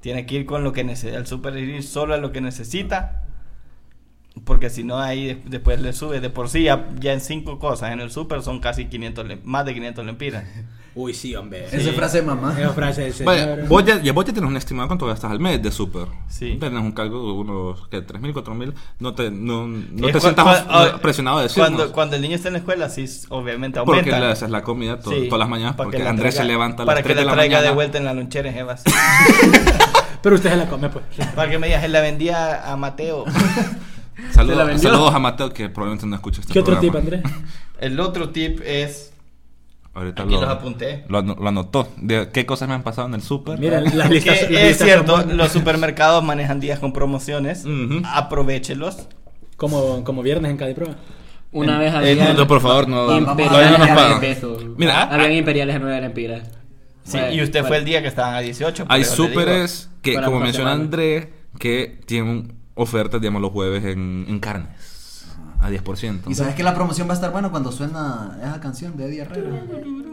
D: Tiene que ir con lo que necesita, al súper ir solo a lo que necesita. Porque si no, ahí des- después le sube. De por sí, ya, ya en cinco cosas en el súper son casi 500, lem- más de 500 lempiras.
B: Uy, sí, hombre.
C: Esa es frase de mamá.
B: Esa frase del
A: Vaya,
B: señor.
A: vos ya, ya vos ya tenés un estimado cuánto gastas al mes de super.
D: Sí.
A: Tenés un cargo de unos ¿qué? 3.000, 4.000. No te, no, no
D: Es
A: te
D: cu-
A: sientas
D: cu- ah,
A: presionado de decirnos.
D: cuando, cuando el niño está en la escuela, sí, s- obviamente aumenta.
A: Porque le haces la comida to-
D: Sí,
A: todas las mañanas.
D: para
A: Porque
D: que la
A: Andrés se
D: traiga-
A: levanta a las
D: Para que
A: 3
D: la
A: de la
D: traiga
A: mañana.
D: de vuelta en la lonchera, Evas.
B: Pero usted se la come, pues.
D: para que me digas, él la vendía a Mateo.
E: ¿Te la
A: Saludos,
E: vendió?
A: saludos a Mateo que probablemente no escucha este
B: ¿Qué otro tip,
A: programa.
B: Andrés?
D: El otro tip es.
A: Ahorita
D: Aquí
A: lo,
D: los apunté.
A: Lo, ano- lo anotó. De qué cosas me han pasado en el súper.
B: Mira, las
D: que
B: listas.
D: es
B: las listas
D: cierto,
B: son-
D: los supermercados manejan días con promociones.
A: Ujú.
D: Aprovechelos.
B: Como, como viernes en Prueba.
E: Una vez
A: Eh,
E: había.
A: no, por favor, no.
C: Vamos,
A: no,
C: vamos,
A: todavía no
E: imperiales
A: nos
E: a
A: pagan.
E: 10 pesos.
A: Mira,
E: Habían
A: ah,
E: imperiales a 9 lempiras.
D: Sí,
E: Bueno,
D: y usted
E: bueno.
D: fue el día que estaban a 18. por
A: hay
D: eso le digo.
A: súperes que,
E: Para
A: como
E: una
A: menciona
E: semana.
A: André, que tienen ofertas, digamos, los jueves en, en carnes. A 10%.
C: Y sabes que la promoción va a estar buena cuando suena esa canción de Eddie Herrera.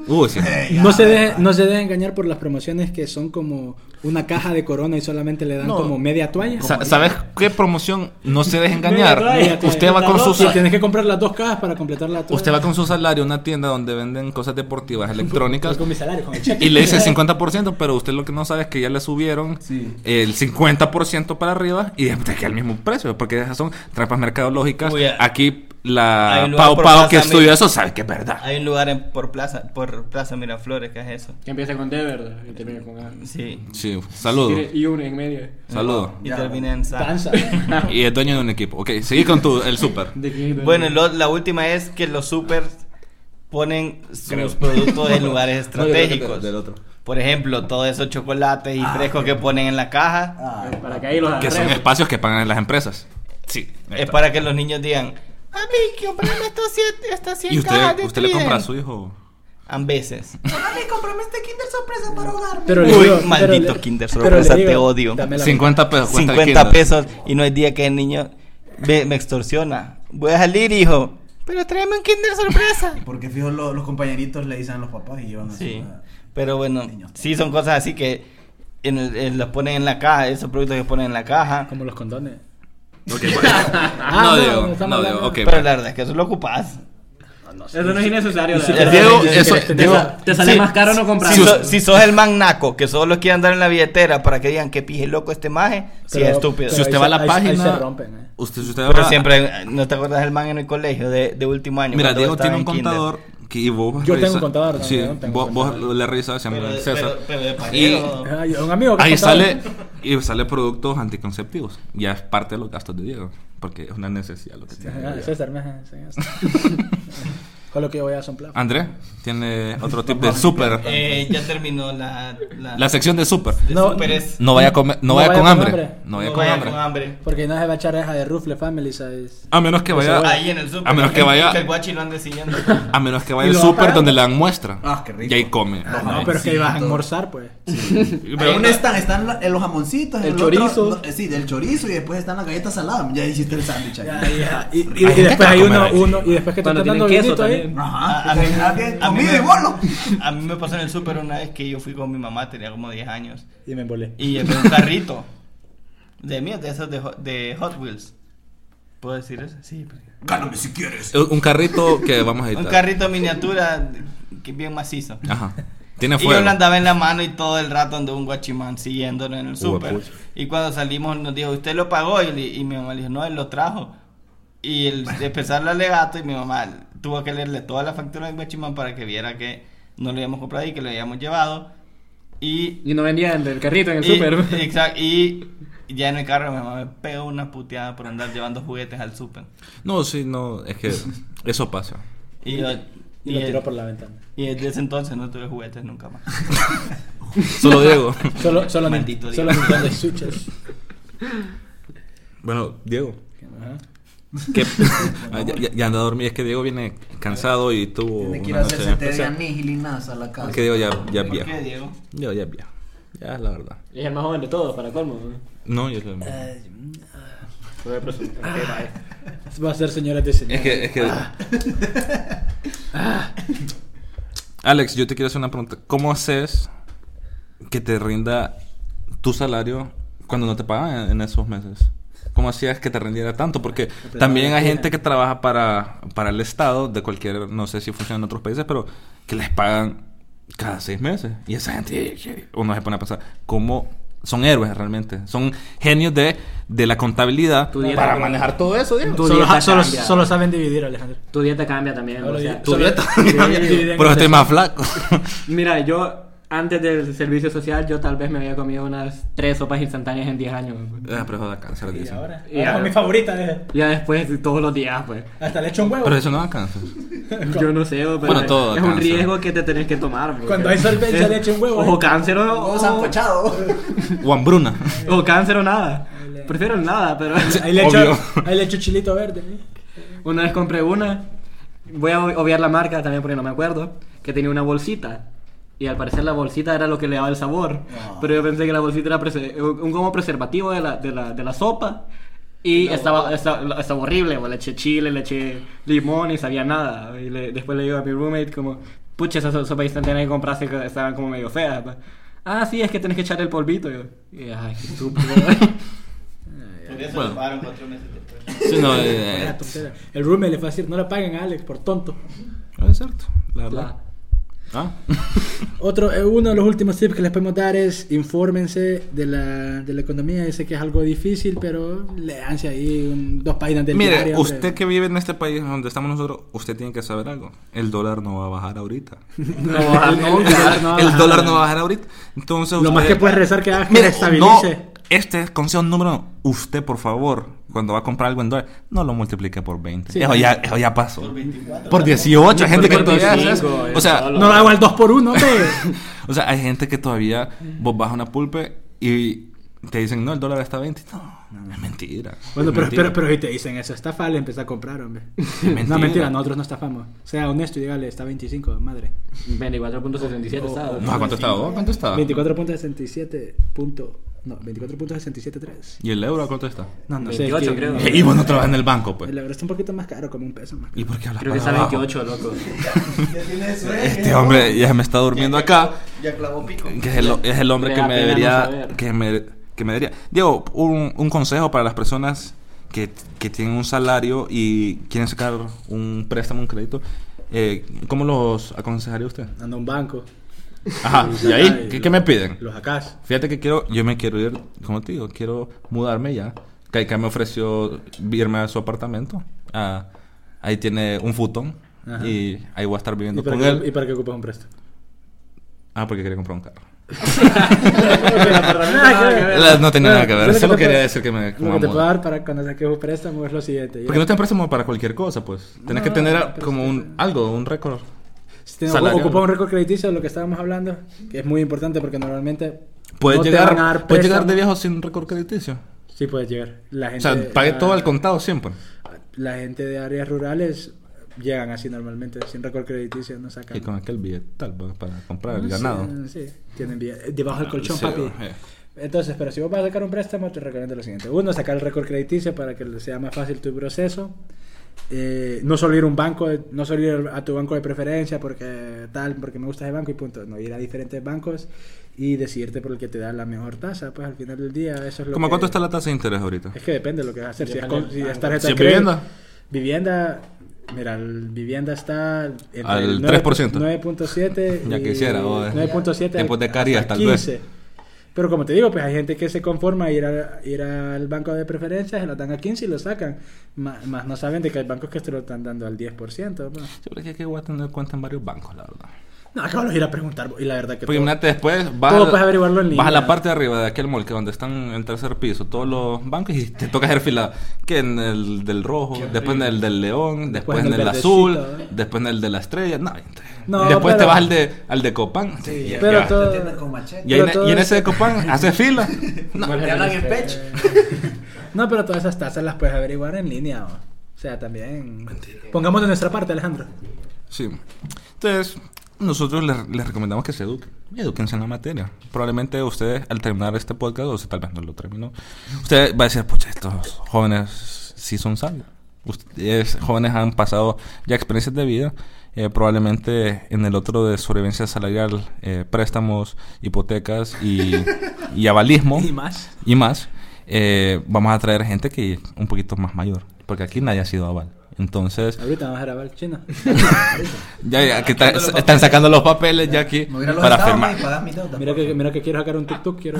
A: Uy, sí.
B: No se, deje- no se deje engañar por las promociones que son como una caja de corona y solamente le dan
A: No.
B: como media toalla.
A: Sa- ¿Sabes qué promoción? No se deje engañar.
B: Media toalla.
A: Usted va con su
B: Sí, tienes que comprar las dos cajas para completar la toalla.
A: usted va con su salario a una tienda donde venden cosas deportivas
B: Pues
A: electrónicas
B: con mi salario, con el cheque.
A: y le dice 50%, pero usted lo que no sabe es que ya le subieron
C: Sí.
A: el 50% para arriba y te queda el mismo precio, porque esas son trampas mercadológicas.
D: Uy, a-
A: Aquí
D: hay
A: la
D: un lugar
A: Pau
D: por
A: Pau
D: Plaza
A: que
D: Mil.
A: estudió eso sabe que es verdad.
D: Hay un lugar en, por plaza, por plaza Miraflores que es eso.
E: Que empiece con D, ¿verdad? Y termine con A.
D: Sí.
A: Sí, saludo.
E: Tiene- Y una en medio.
A: Saludo.
D: Y
C: Ya.
D: termina en San.
B: Panza.
A: Y es dueño de un equipo. Ok, seguí con tu, el super.
E: ¿De qué?
D: Bueno, y lo- la última es que los super ponen sus
A: Creo.
D: productos en lugares estratégicos.
A: Del otro.
D: Por ejemplo, todos esos chocolates
A: Ah,
D: y frescos que ponen en la caja.
C: Ah,
E: Para que ahí los
A: Que son
E: agarremos.
A: espacios que pagan las empresas. Sí. ahí
D: Es
A: está.
D: para que los niños digan, mami, comprame estas 100 estas
A: ¿Y
D: 100 cajas
A: usted,
D: de
A: usted le compra a
D: Trident".
A: su hijo?
D: A veces.
B: Pero le
D: Uy,
B: digo-
D: maldito
B: le-
D: Kinder
B: pero
D: Sorpresa,
B: le digo,
D: te odio.
B: dame la-
A: 50 pesos. cuesta el
D: 50
A: Kinder.
D: pesos y no hay día que el niño ve- me extorsiona. Voy a salir, hijo. Pero tráeme un Kinder sorpresa.
C: porque fijo, lo- los compañeritos le dicen a los papás y llevan así.
D: Sí.
C: ah.
D: Pero bueno, sí son cosas así que en el- en los ponen en la caja, esos productos que ponen en la caja.
B: Como los condones.
A: Ok, bueno. no,
B: Ah, no,
A: Diego,
B: estamos
A: no, Diego,
B: hablando-
A: ok.
D: Pero la verdad es que eso lo ocupas.
E: Eso no es innecesario. la
B: Sí,
E: verdad.
A: Diego,
B: sí, sí,
A: eso-
B: sí, sí,
A: Diego-
B: sí,
E: Te sale
D: Sí,
E: más caro no comprar.
D: Si,
A: Sí,
D: so-
A: us-
D: si sos el magnaco que solo quiere andar en la billetera para que digan que pije loco este maje, sí
B: Pero-
D: es estúpido.
A: Si
B: pero
A: usted
B: ahí
A: va a
B: se-
A: la
B: ahí- ahí
A: página.
B: se rompen, eh.
A: Usted, si usted
D: Pero
A: va-
D: siempre, ¿no te acuerdas del man en el colegio de, de último año?
A: Mira,
D: cuando
A: Diego
D: estaba
A: tiene un
D: en kinder?
A: contador. Que y vos
B: Yo tengo
A: revisa-
B: un contador
A: Sí,
B: también, tengo
A: vos,
B: un
A: vos
B: contador.
A: le revisas se llama
D: Pero-
A: César.
D: pero- pero de
A: y
D: pajero.
B: Ah, yo- un amigo que
A: ahí
B: contaba-
A: sale y sale productos anticonceptivos. Ya es parte de los gastos de Diego. Porque es una necesidad lo que tiene.
B: Ajá,
A: Diego.
B: César, me ajá, sí, César. Con lo que yo voy a soplar.
E: Ah.
A: André tiene otro tip de super.
D: Eh, ya terminó la, la,
A: La sección de super.
D: de
B: No.
D: Super es-
A: No vaya, a comer- no
B: No
A: vaya
B: vaya
A: con
B: con
A: hambre.
B: hambre.
A: No vaya
D: no
A: con
D: vaya
A: hambre.
D: con hambre.
B: Porque no se va a echar esa de Rufle Family, ¿sabes?
A: A menos que vaya.
D: Pues Ahí en el super.
A: A menos que vaya.
D: El guachi lo ande siguiendo.
A: A menos que vaya al
B: Y lo va
A: súper
B: pagando.
A: donde le dan muestra.
C: Ah, qué rico.
A: Y ahí come.
C: Ah,
B: No,
C: Ay,
B: pero es que ahí vas a
C: sí, todo.
B: almorzar, pues.
A: Y
C: Ahí
A: pero-
C: no están, están la- eh, los jamoncitos,
B: El
C: otro-
B: chorizo.
C: no, eh, sí, del chorizo y después están las galletas saladas. Ya hiciste el sándwich ahí.
B: Y, y- y
A: gente que
B: después
A: va a
B: hay
A: comer
B: uno,
A: ahí.
B: uno, y después que te
E: Cuando
B: están dando
E: tienen queso
B: vinito ahí.
E: también.
C: Ajá, a mí, a mí,
D: a mí
C: comida
D: me-
C: y bolo.
D: A mí me pasó en el súper una vez que yo fui con mi mamá, tenía como 10 años,
B: Y me embolé.
D: y llevé un carrito de mío, de esos de, Ho- de Hot Wheels. ¿Puedo decir eso? Sí. pero-
C: Gáname si quieres.
A: eh, Un carrito que vamos a editar.
D: Un carrito miniatura que es bien macizo.
A: Ajá. Tiene
D: Y yo
A: fuego.
D: lo andaba en la mano y todo el rato andó un guachimán siguiéndonos en el súper.
A: pucha.
D: Y cuando salimos nos dijo, ¿usted lo pagó? Y, le- y mi mamá le dijo, no, él lo trajo. Y el, empezar el alegato y mi mamá tuvo que leerle toda la factura del guachimán para que viera que no lo habíamos comprado y que lo habíamos llevado. Y...
E: Y no vendía el del carrito en el
D: y-
E: súper.
D: exact- y ya en el carro mi mamá me pegó una puteada por andar llevando juguetes al súper.
A: No, sí, no. Es que eso pasa.
D: Y yo...
B: Y,
D: y-
B: lo tiró por la ventana.
D: y desde ese entonces no tuve juguetes nunca más.
A: Solo Diego.
B: Solo, solo,
D: Maldito
B: solo
D: Dios.
B: Nintendo Switches.
A: Bueno, Diego.
B: Ajá.
A: ¿qué- Ah, ya, ya- ya anda a dormir. Es que Diego viene cansado y tuvo.
C: Tiene que ir
A: una
C: a hacerse té
A: noche.
C: de anís y linaza a la casa.
A: Es que Diego ya, ya es
D: ¿Por
A: viejo.
D: qué, Diego?
A: Yo ya es viejo. Ya es la verdad.
E: Y es el más joven de todos, para colmo. ¿no?
A: No, yo soy-
C: Eh,
B: Ah, Va a ser señoras de señor.
A: Es que. Es que... Alex, yo te quiero hacer una pregunta. ¿Cómo haces que te rinda tu salario cuando no te pagan en- en esos meses? ¿Cómo hacías que te rindiera tanto? Porque también hay gente que trabaja para, para el Estado, de cualquier, no sé si funciona en otros países, pero que les pagan cada seis meses. Y esa gente, uno se pone a pensar, ¿cómo son héroes realmente? Son genios de, de la contabilidad
E: Tu dieta
A: para
E: cambia.
A: manejar todo eso, Diego.
E: Tu
B: Solo,
E: dieta
B: solo,
E: cambia.
B: solo saben dividir, Alejandro.
E: Tu dieta cambia también.
B: Solo
E: o sea,
B: di-
E: tu-
B: solo- dividen en
A: Pero estoy
B: tres.
A: más flaco.
E: Mira, yo antes del servicio social, yo tal vez me había comido unas tres sopas instantáneas en 10 años. pues.
A: Ah, pero eso da cáncer,
B: Y
A: dicen.
B: ahora,
E: Y
B: ahora
E: ahora-
B: es mi favorita. eh.
E: Ya después, todos los días, pues.
B: Hasta le echo un huevo.
A: Pero eso no da cáncer.
E: Yo no sé, pero
A: Bueno, todo
E: es un
A: cáncer.
E: riesgo que te tenés que tomar. porque-
B: Cuando hay solvencia, le echa un huevo, pues.
E: O
B: eh.
E: cáncer o,
C: Todo
E: o,
C: sancochado.
A: O hambruna.
E: o cáncer o nada. Prefiero el nada, pero
B: Ahí le, echo,
A: Obvio.
B: ahí le echo chilito verde. eh.
E: una vez compré una. Voy a obviar la marca también porque no me acuerdo. Que tenía una bolsita. Y al parecer la bolsita era lo que le daba el sabor. Pero yo pensé que la bolsita era prese- un como preservativo de la, de la, de la sopa. Y estaba, estaba, estaba horrible, bo. le eché chile, le eché limón y sabía nada. Y le- después le digo a mi roommate como, pucha, esa so- sopa instantánea que compraste que estaban como medio feas. pa". Ah, sí, es que tenés que echar el polvito. Yo, y, ay, qué estúpido.
D: Por eso
A: Bueno.
D: lo pagaron cuatro meses después.
A: Sí, no, eh,
B: Vaya tontera. El roommate le fue a decir, no la paguen a Alex, por tonto.
A: no es cierto, la verdad.
E: La-
A: Ah.
B: Otro, eh, uno de los últimos tips que les podemos dar es infórmense de la, de la economía. Yo sé que es algo difícil, pero le danse ahí un- dos páginas del
A: Mire,
B: diario, hombre.
A: usted que vive en este país donde estamos nosotros, usted tiene que saber algo. El dólar no va a bajar ahorita.
E: No, ah,
B: el-
E: no,
B: el-
E: claro,
B: no va a
A: el
B: bajar,
A: dólar
B: ¿no?
A: no va a bajar ahorita. Entonces,
B: Lo
A: usted-
B: más que puedes rezar que haga es que
A: Mire,
B: la estabilice.
A: no, este es consejo número uno. Usted, por favor, cuando va a comprar algo en dólar, no lo multiplique por 20.
B: Sí.
A: eso, ya, eso ya pasó.
D: Por 24.
A: Por 18, hay gente que
E: Por
A: todavía.
E: 25,
A: hace eso.
E: eh.
A: O sea,
B: No lo hago al 2 por 1 hombre.
A: o sea, hay gente que todavía vos vas a una pulpe y te dicen, no, el dólar está a 20. No, es mentira.
B: Bueno,
A: Es
B: pero,
A: mentira.
B: pero, pero si te dicen eso, estafa, le empieza a comprar, hombre.
A: mentira.
B: No, mentira, nosotros no estafamos. Sea honesto y dígale, está 25, madre.
E: 24.77 estaba.
A: Oh, No, ¿a ¿cuánto estaba? vos? ¿Cuánto estaba?
B: 24.67 punto... No, 24.673.
A: ¿Y el euro a cuánto está?
B: No, no sé.
E: 28
B: que-
E: creo.
A: Y vos no trabajas en el banco, pues.
B: El euro está un poquito más caro, como un peso más.
A: ¿Y por qué hablas
E: Creo que
A: para
E: está
A: abajo?
E: 28, loco.
C: ¿eh?
A: Este hombre ya me está durmiendo acá.
D: Ya clavó pico.
A: Que es el, es el hombre
E: Le
A: que
E: da
A: me
E: pena no
A: debería.
E: saber.
A: que, me, que me debería. Diego, un, un consejo para las personas que, que tienen un salario y quieren sacar un préstamo, un crédito. eh, ¿Cómo los aconsejaría usted?
B: Anda a un banco.
A: Ajá, ¿y ahí? ¿Qué, qué me piden?
B: Los acás.
A: Fíjate que quiero, yo me quiero ir, como te digo, quiero mudarme ya. Kaika me ofreció irme a su apartamento. Ah, ahí tiene un futón
B: Ajá.
A: y ahí voy a estar
B: ¿Y
A: viviendo
B: para,
A: con
B: qué,
A: él.
B: ¿Y para qué ocupas un préstamo?
A: Ah, porque quería comprar un carro.
B: Nada que ver.
A: La- no tenía nada que ver,
B: Yo lo
A: solo
B: te
A: quería
B: puedo-
A: decir que me- como
B: Lo que te
A: amor.
B: puedo dar para cuando saques un préstamo es lo siguiente.
A: Porque no te préstamo para cualquier cosa, pues. Tenés que tener a-
B: pero
A: como
B: es que-
A: un algo, un récord.
B: Si te
A: Salarial.
B: ocupa un récord crediticio de lo que estábamos hablando, que es muy importante porque normalmente.
A: Puedes
B: no te
A: llegar,
B: van a dar
A: puedes llegar
B: préstamo.
A: de viejo sin récord crediticio.
B: Sí, puedes llegar. La gente, ah.
A: o sea, pagué
B: la-
A: todo al contado siempre.
B: La gente de áreas rurales llegan así normalmente, sin récord crediticio, no sacan.
A: Y con aquel billete tal, pues, para comprar el
B: No sé,
A: ganado.
B: Sí, tienen billete. Debajo del colchón,
A: Sí,
B: papi.
A: eh.
B: Entonces, pero si vos vas a sacar un préstamo, te recomiendo lo siguiente. Uno, sacar el récord crediticio para que sea más fácil tu proceso. Eh, no solo ir a un banco, de- no solo ir a tu banco de preferencia porque tal, porque me gusta ese banco y punto. No, ir a diferentes bancos y decidirte por el que te da la mejor tasa. Pues al final del día, eso es lo
A: ¿Cómo
B: que-
A: cuánto está la tasa de interés ahorita?
B: Es que depende de lo que vas a hacer. Si es,
E: Depende
B: con-
E: del
B: si es
E: banco.
B: tarjeta
A: Si
B: de
A: es
B: crédito-
A: vivienda.
B: Vivienda, mira, el vivienda está entre
A: Al
B: el
A: 3%.
B: 9.7.
A: Ya
B: y
A: quisiera, joder.
B: 9.7.
A: Tiempos de caries,
B: hasta
A: tal vez.
B: 15. Pero como te digo, pues hay gente que se conforma a ir, a- ir al banco de preferencias, se lo dan a 15 y lo sacan. Más, más no saben de que hay bancos que te lo están dando al 10%. ¿no?
A: Yo creo que aquí voy a tener cuenta en varios bancos, la verdad.
B: pues. No, acabo de ir a preguntar. Y la verdad que.
A: Porque
B: todo-
A: imagínate, después vas,
B: todo
A: a-
B: puedes averiguarlo en
A: vas a
B: línea.
A: la parte de arriba de aquel mall que donde están en el tercer piso todos los bancos y te toca hacer fila. Que en el del rojo, después en el del león, después, en el,
B: verdecito,
A: azul,
B: ¿eh?
A: después en el de la estrella. No,
B: No,
A: después te
B: pero-
A: vas al de, al de Copán.
C: Sí,
A: Ya-
B: pero
A: ya.
B: todo-
C: con machete.
A: y, ahí
B: pero
A: en, e-
B: todo
A: y en
B: es-
A: ese de Copán haces fila. No,
C: Te hablan
B: este,
C: en pecho.
B: No, pero todas esas tasas las puedes averiguar en línea. ¿no? O sea, también. Pongamos de nuestra parte, Alejandro.
A: Sí. Entonces, nosotros les, les recomendamos que se eduquen. Eduquense en la materia. Probablemente ustedes, al terminar este podcast, o sea, tal vez no lo terminó, usted va a decir, pucha, estos jóvenes sí son sabios. Ustedes, jóvenes, han pasado ya experiencias de vida. eh, probablemente en el otro de sobrevivencia salarial, eh, préstamos, hipotecas y, y avalismo
B: Y más.
A: y más, eh, vamos a traer gente que es un poquito más mayor. Porque aquí nadie ha sido aval. Entonces,
B: Ahorita vamos a grabar el chino.
A: ya, ya, que está- están sacando los papeles ya aquí
C: Me voy a ir a los
A: para
C: estados,
A: firmar.
C: ma, y pagas mi deuda.
B: eh, Mira que, mira que quiero sacar un tuk-tuk, quiero...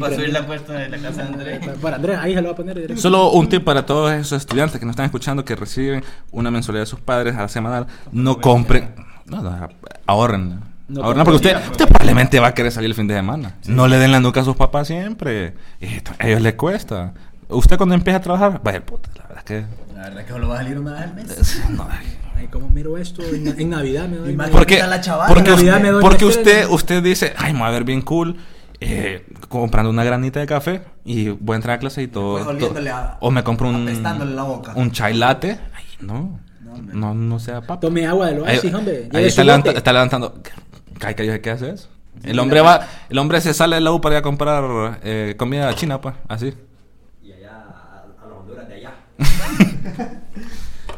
D: Para subir la cuesta de la casa de Andrés.
B: Para Andrés, ahí se lo va a poner directo.
A: Solo un tip para todos esos estudiantes que nos están escuchando, que reciben una mensualidad de sus padres a la semanal, no compren, no, no, ahorren.
B: No
A: ahorren, porque usted, usted probablemente va a querer salir el fin de semana. No le den la nuca a sus papás siempre. Esto- a ellos les cuesta. Usted cuando empieza a trabajar, vaya puta, la verdad es que...
C: La verdad que solo va a salir una vez al mes.
A: es- no, ay.
B: Ay, ¿cómo miro esto? En, en Navidad me doy...
C: Y más-
A: Porque,
C: Está la chavala.
A: porque,
B: Navidad
A: usted,
B: me doy
A: porque
B: mi estrella.
A: usted, usted dice, ay, me va a ver bien cool. eh, comprando una granita de café y voy a entrar a clase y todo.
C: Después
A: todo-
C: oliéndole a-
A: o me compro un.
C: apestándole la boca.
A: Un chai latte. Ay, no. No, no sea papá.
B: Tome agua del
A: Ahí,
B: oasis, hombre.
A: ahí
B: Lleve
A: está,
B: su
A: levanta-
B: bote.
A: está levantando. Ay, que yo sé ¿Qué haces? El hombre va, el hombre se sale de la U para ir a comprar eh, comida china, pues, así.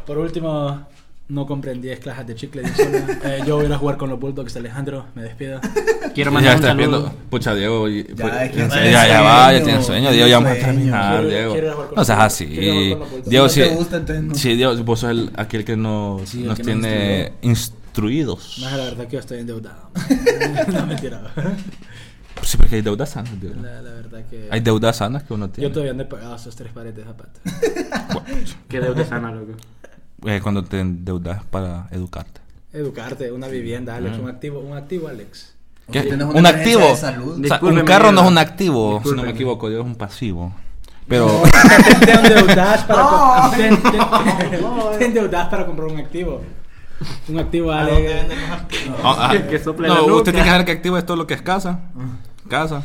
B: Por último, No comprendí 10 clases de chicle. de un solo. Eh, yo voy a ir a jugar con los Bulldogs, Alejandro. Me despido.
E: Quiero
A: ya
E: mandar un
A: estás
E: saludo.
A: viendo. Pucha, Diego. y-
C: Ya,
A: pues,
C: es que
A: ya,
C: tiene
A: ya, ya va, ya
C: sueño,
A: tiene sueño.
C: tiene
A: Diego ya va a
C: sueño.
A: terminar,
B: Quiero-
A: Diego.
B: quiero ir a jugar con
A: No seas
B: los-
A: así.
B: quiero ir a jugar con los bolsos.
A: Diego,
C: Si no
A: sí.
C: te gusta, entonces no.
A: Sí, Diego, vos sos el, aquel que no,
E: Sí, el
A: nos
E: que nos
A: tiene instruidos.
B: No es la verdad que yo estoy endeudado. no, mentira.
A: Sí, porque hay deudas sanas, Diego.
B: La, la verdad que.
A: Hay deudas sanas que uno tiene.
B: Yo todavía no he pagado esos tres pares de zapatos.
E: Qué deuda sana, loco.
A: Eh, cuando te endeudas para educarte.
B: Educarte, una vivienda, Alex. Un activo, un activo, Alex.
C: O
A: ¿Qué?
C: si tienes una
A: ¿Un
C: emergencia
A: activo?
C: de salud.
A: O sea, un
E: Discúlpeme,
A: carro no es
E: mierda.
A: un activo, si no me
E: Discúlpeme.
A: equivoco, Diego es un pasivo. Pero.
B: te endeudas para, co- te, te- te endeudas para comprar un activo. Un activo,
D: ¿A dónde
B: Alex.
D: venden los artículos?
A: Ah, ah.
E: Que sople la
A: No,
E: nuca.
A: usted tiene que saber que activo es todo lo que es casa. Casa.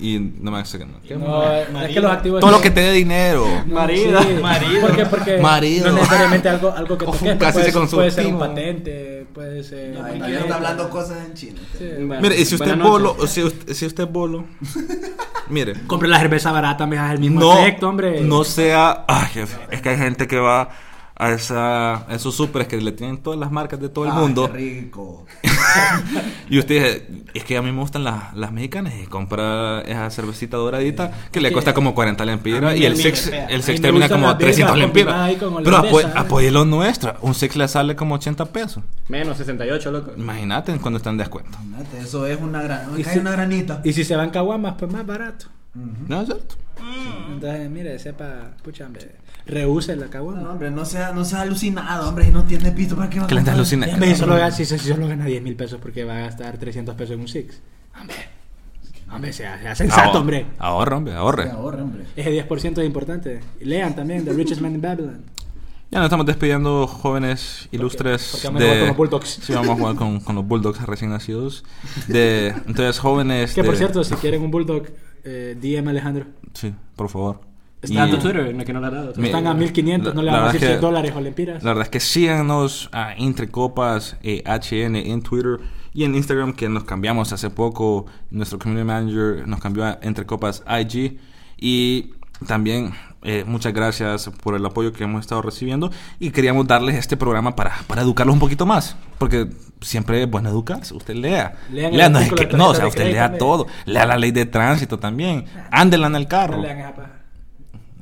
A: Y no me hace que no.
B: No, es que
D: Marido.
B: los activos.
A: Todo lo que te dé dinero.
E: Marido.
D: Marido.
B: ¿Por qué? Porque
A: Marido.
B: no necesariamente algo, algo que toques.
A: Casi se
B: puede, ser- puede ser un
A: consultivo.
B: patente, puede ser.
C: Ay, no, ya está hablando cosas en chino.
B: Sí.
E: Bueno,
A: Mire, y si usted es
E: buenas noches.
A: bolo, si usted, si usted es bolo, mire.
B: Compre la cerveza barata, me das el mismo
A: No,
B: efecto, hombre.
A: no sea. Ay, jefe, es que hay gente que va a, esa, a esos supers que le tienen todas las marcas de todo el
C: Ah,
A: mundo.
C: qué rico.
A: Y usted dice, es que a mí me gustan las, las mexicanas y compra esa cervecita doradita que le
B: que-
A: cuesta como 40
D: a
A: lempiras
D: mí
A: y
D: me
A: el
D: mide
A: sex,
D: fea.
A: el
B: A mí
A: sex
B: me
A: termina
B: gustan
A: como
B: las birras
A: 300 lempiras.
B: combinadas ahí con
A: Pero apoye,
B: holandesa.
A: apoye lo nuestro. Un sex le sale como 80 pesos.
E: Menos 68, loco.
A: Imagínate cuando están en descuento.
C: Imagínate, eso es una gran.
B: Y
C: cae
B: si-
C: una granita.
B: Y si se van caguamas, pues más barato.
C: Ujú.
A: ¿No es cierto?
B: Entonces, mire, sepa, pucha, hombre, rehúse la
C: No,
B: caguama.
C: hombre, no sea, no sea alucinado, hombre, si no tiene pito para qué va a
A: Que le estás
C: comprar?
A: alucinando.
B: Hombre, solo gana, si, si solo gana 10 mil pesos porque va a gastar 300 pesos en un Six. Hombre, hombre, sea, sea
A: Ahor-
B: sensato, hombre.
A: Ahorra, hombre,
C: Que
A: ahorre.
C: ahorre, hombre.
B: Ese 10% es importante. Y lean también The Richest Man in Babylon.
A: Ya nos estamos despidiendo, jóvenes ilustres.
B: porque vamos a jugar con los Bulldogs.
A: Sí, vamos a jugar con, con los Bulldogs recién nacidos. De, entonces, jóvenes.
B: Que por
A: de-
B: cierto, si quieren un Bulldog, eh, DM Alejandro.
A: Sí, por favor.
E: Está
A: Y-
E: tu Twitter, no, que no lo ha dado.
A: Mi-
B: Están a 1500, no le
A: la- la
B: vamos a decir
A: verdad
B: 100
A: que-
B: dólares o lempiras.
A: La verdad es que síganos a Entre Copas eh, HN en Twitter y en Instagram, que nos cambiamos hace poco. Nuestro community manager nos cambió a Entre Copas IG. Y también eh, muchas gracias por el apoyo que hemos estado recibiendo. Y queríamos darles este programa para, para educarlos un poquito más. Porque siempre es bueno educarse. Usted lea.
B: Lean
A: Lean
B: el
A: no, es
B: artículo
A: que-
B: de
A: no, o
B: tarjeta
A: sea,
B: de
A: usted
B: crédito,
A: lea
B: hombre.
A: todo. Lea la ley de tránsito también. Ándela en el
B: No
A: carro.
B: lean esa paja.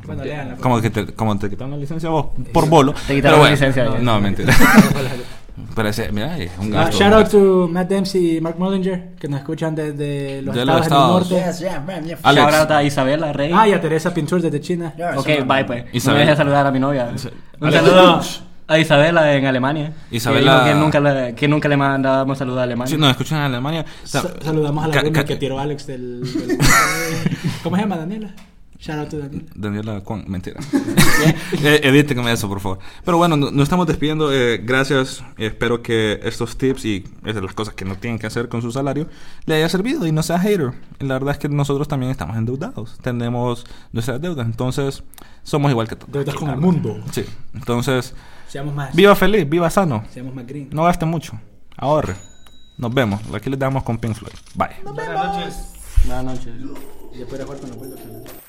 B: Bueno, lean.
A: Como que te, como te quitaron la licencia vos por bolo.
E: Te quitaron
A: Pero
E: la
A: bueno,
E: licencia ya.
A: No, mentira. Pero ese, mira, es
B: pues.
A: un gasto.
B: Ah, shout out to Matt Dempsey y Mark Mullinger que nos escuchan desde los
A: De los
B: estados,
A: estados.
B: del norte.
C: Yes, yeah, man, yeah.
A: Alex.
E: Shout out a Isabela Rey.
B: Ah, y a Teresa Pinchur desde China.
C: Yes,
E: ok,
C: man.
E: bye pues.
A: Isabel.
E: No me dejes saludar a mi novia. Un
A: Alex.
E: saludo a Isabela en Alemania.
A: Isabela-
E: Que, dijo que nunca le, que nunca le mandábamos saludos a Alemania.
A: Si nos escuchan en Alemania.
B: Sa-
A: sa-
B: Saludamos a la
A: ca-
B: alumna
A: ca-
B: que tiró Alex del. del- ¿Cómo se llama Daniela? Shout out to Daniela.
A: Daniela Kwan, mentira. Eh, Edítenme eso, por favor. Pero bueno, no- nos estamos despidiendo. eh, gracias. Espero que estos tips y esas las cosas que no tienen que hacer con su salario le haya servido y no sea hater. La verdad es que nosotros también estamos endeudados. Tenemos nuestras deudas. Entonces, somos igual que todos.
B: Deudas con el mundo.
A: Sí. Entonces,
B: Seamos más.
A: viva feliz, viva sano.
B: Seamos más green.
A: No gaste mucho. Ahorre. Nos vemos. Aquí les damos con Pink Floyd. Bye.
D: Buenas noches.
E: Buenas noches.
B: Y después de jugar con los Bulldogs.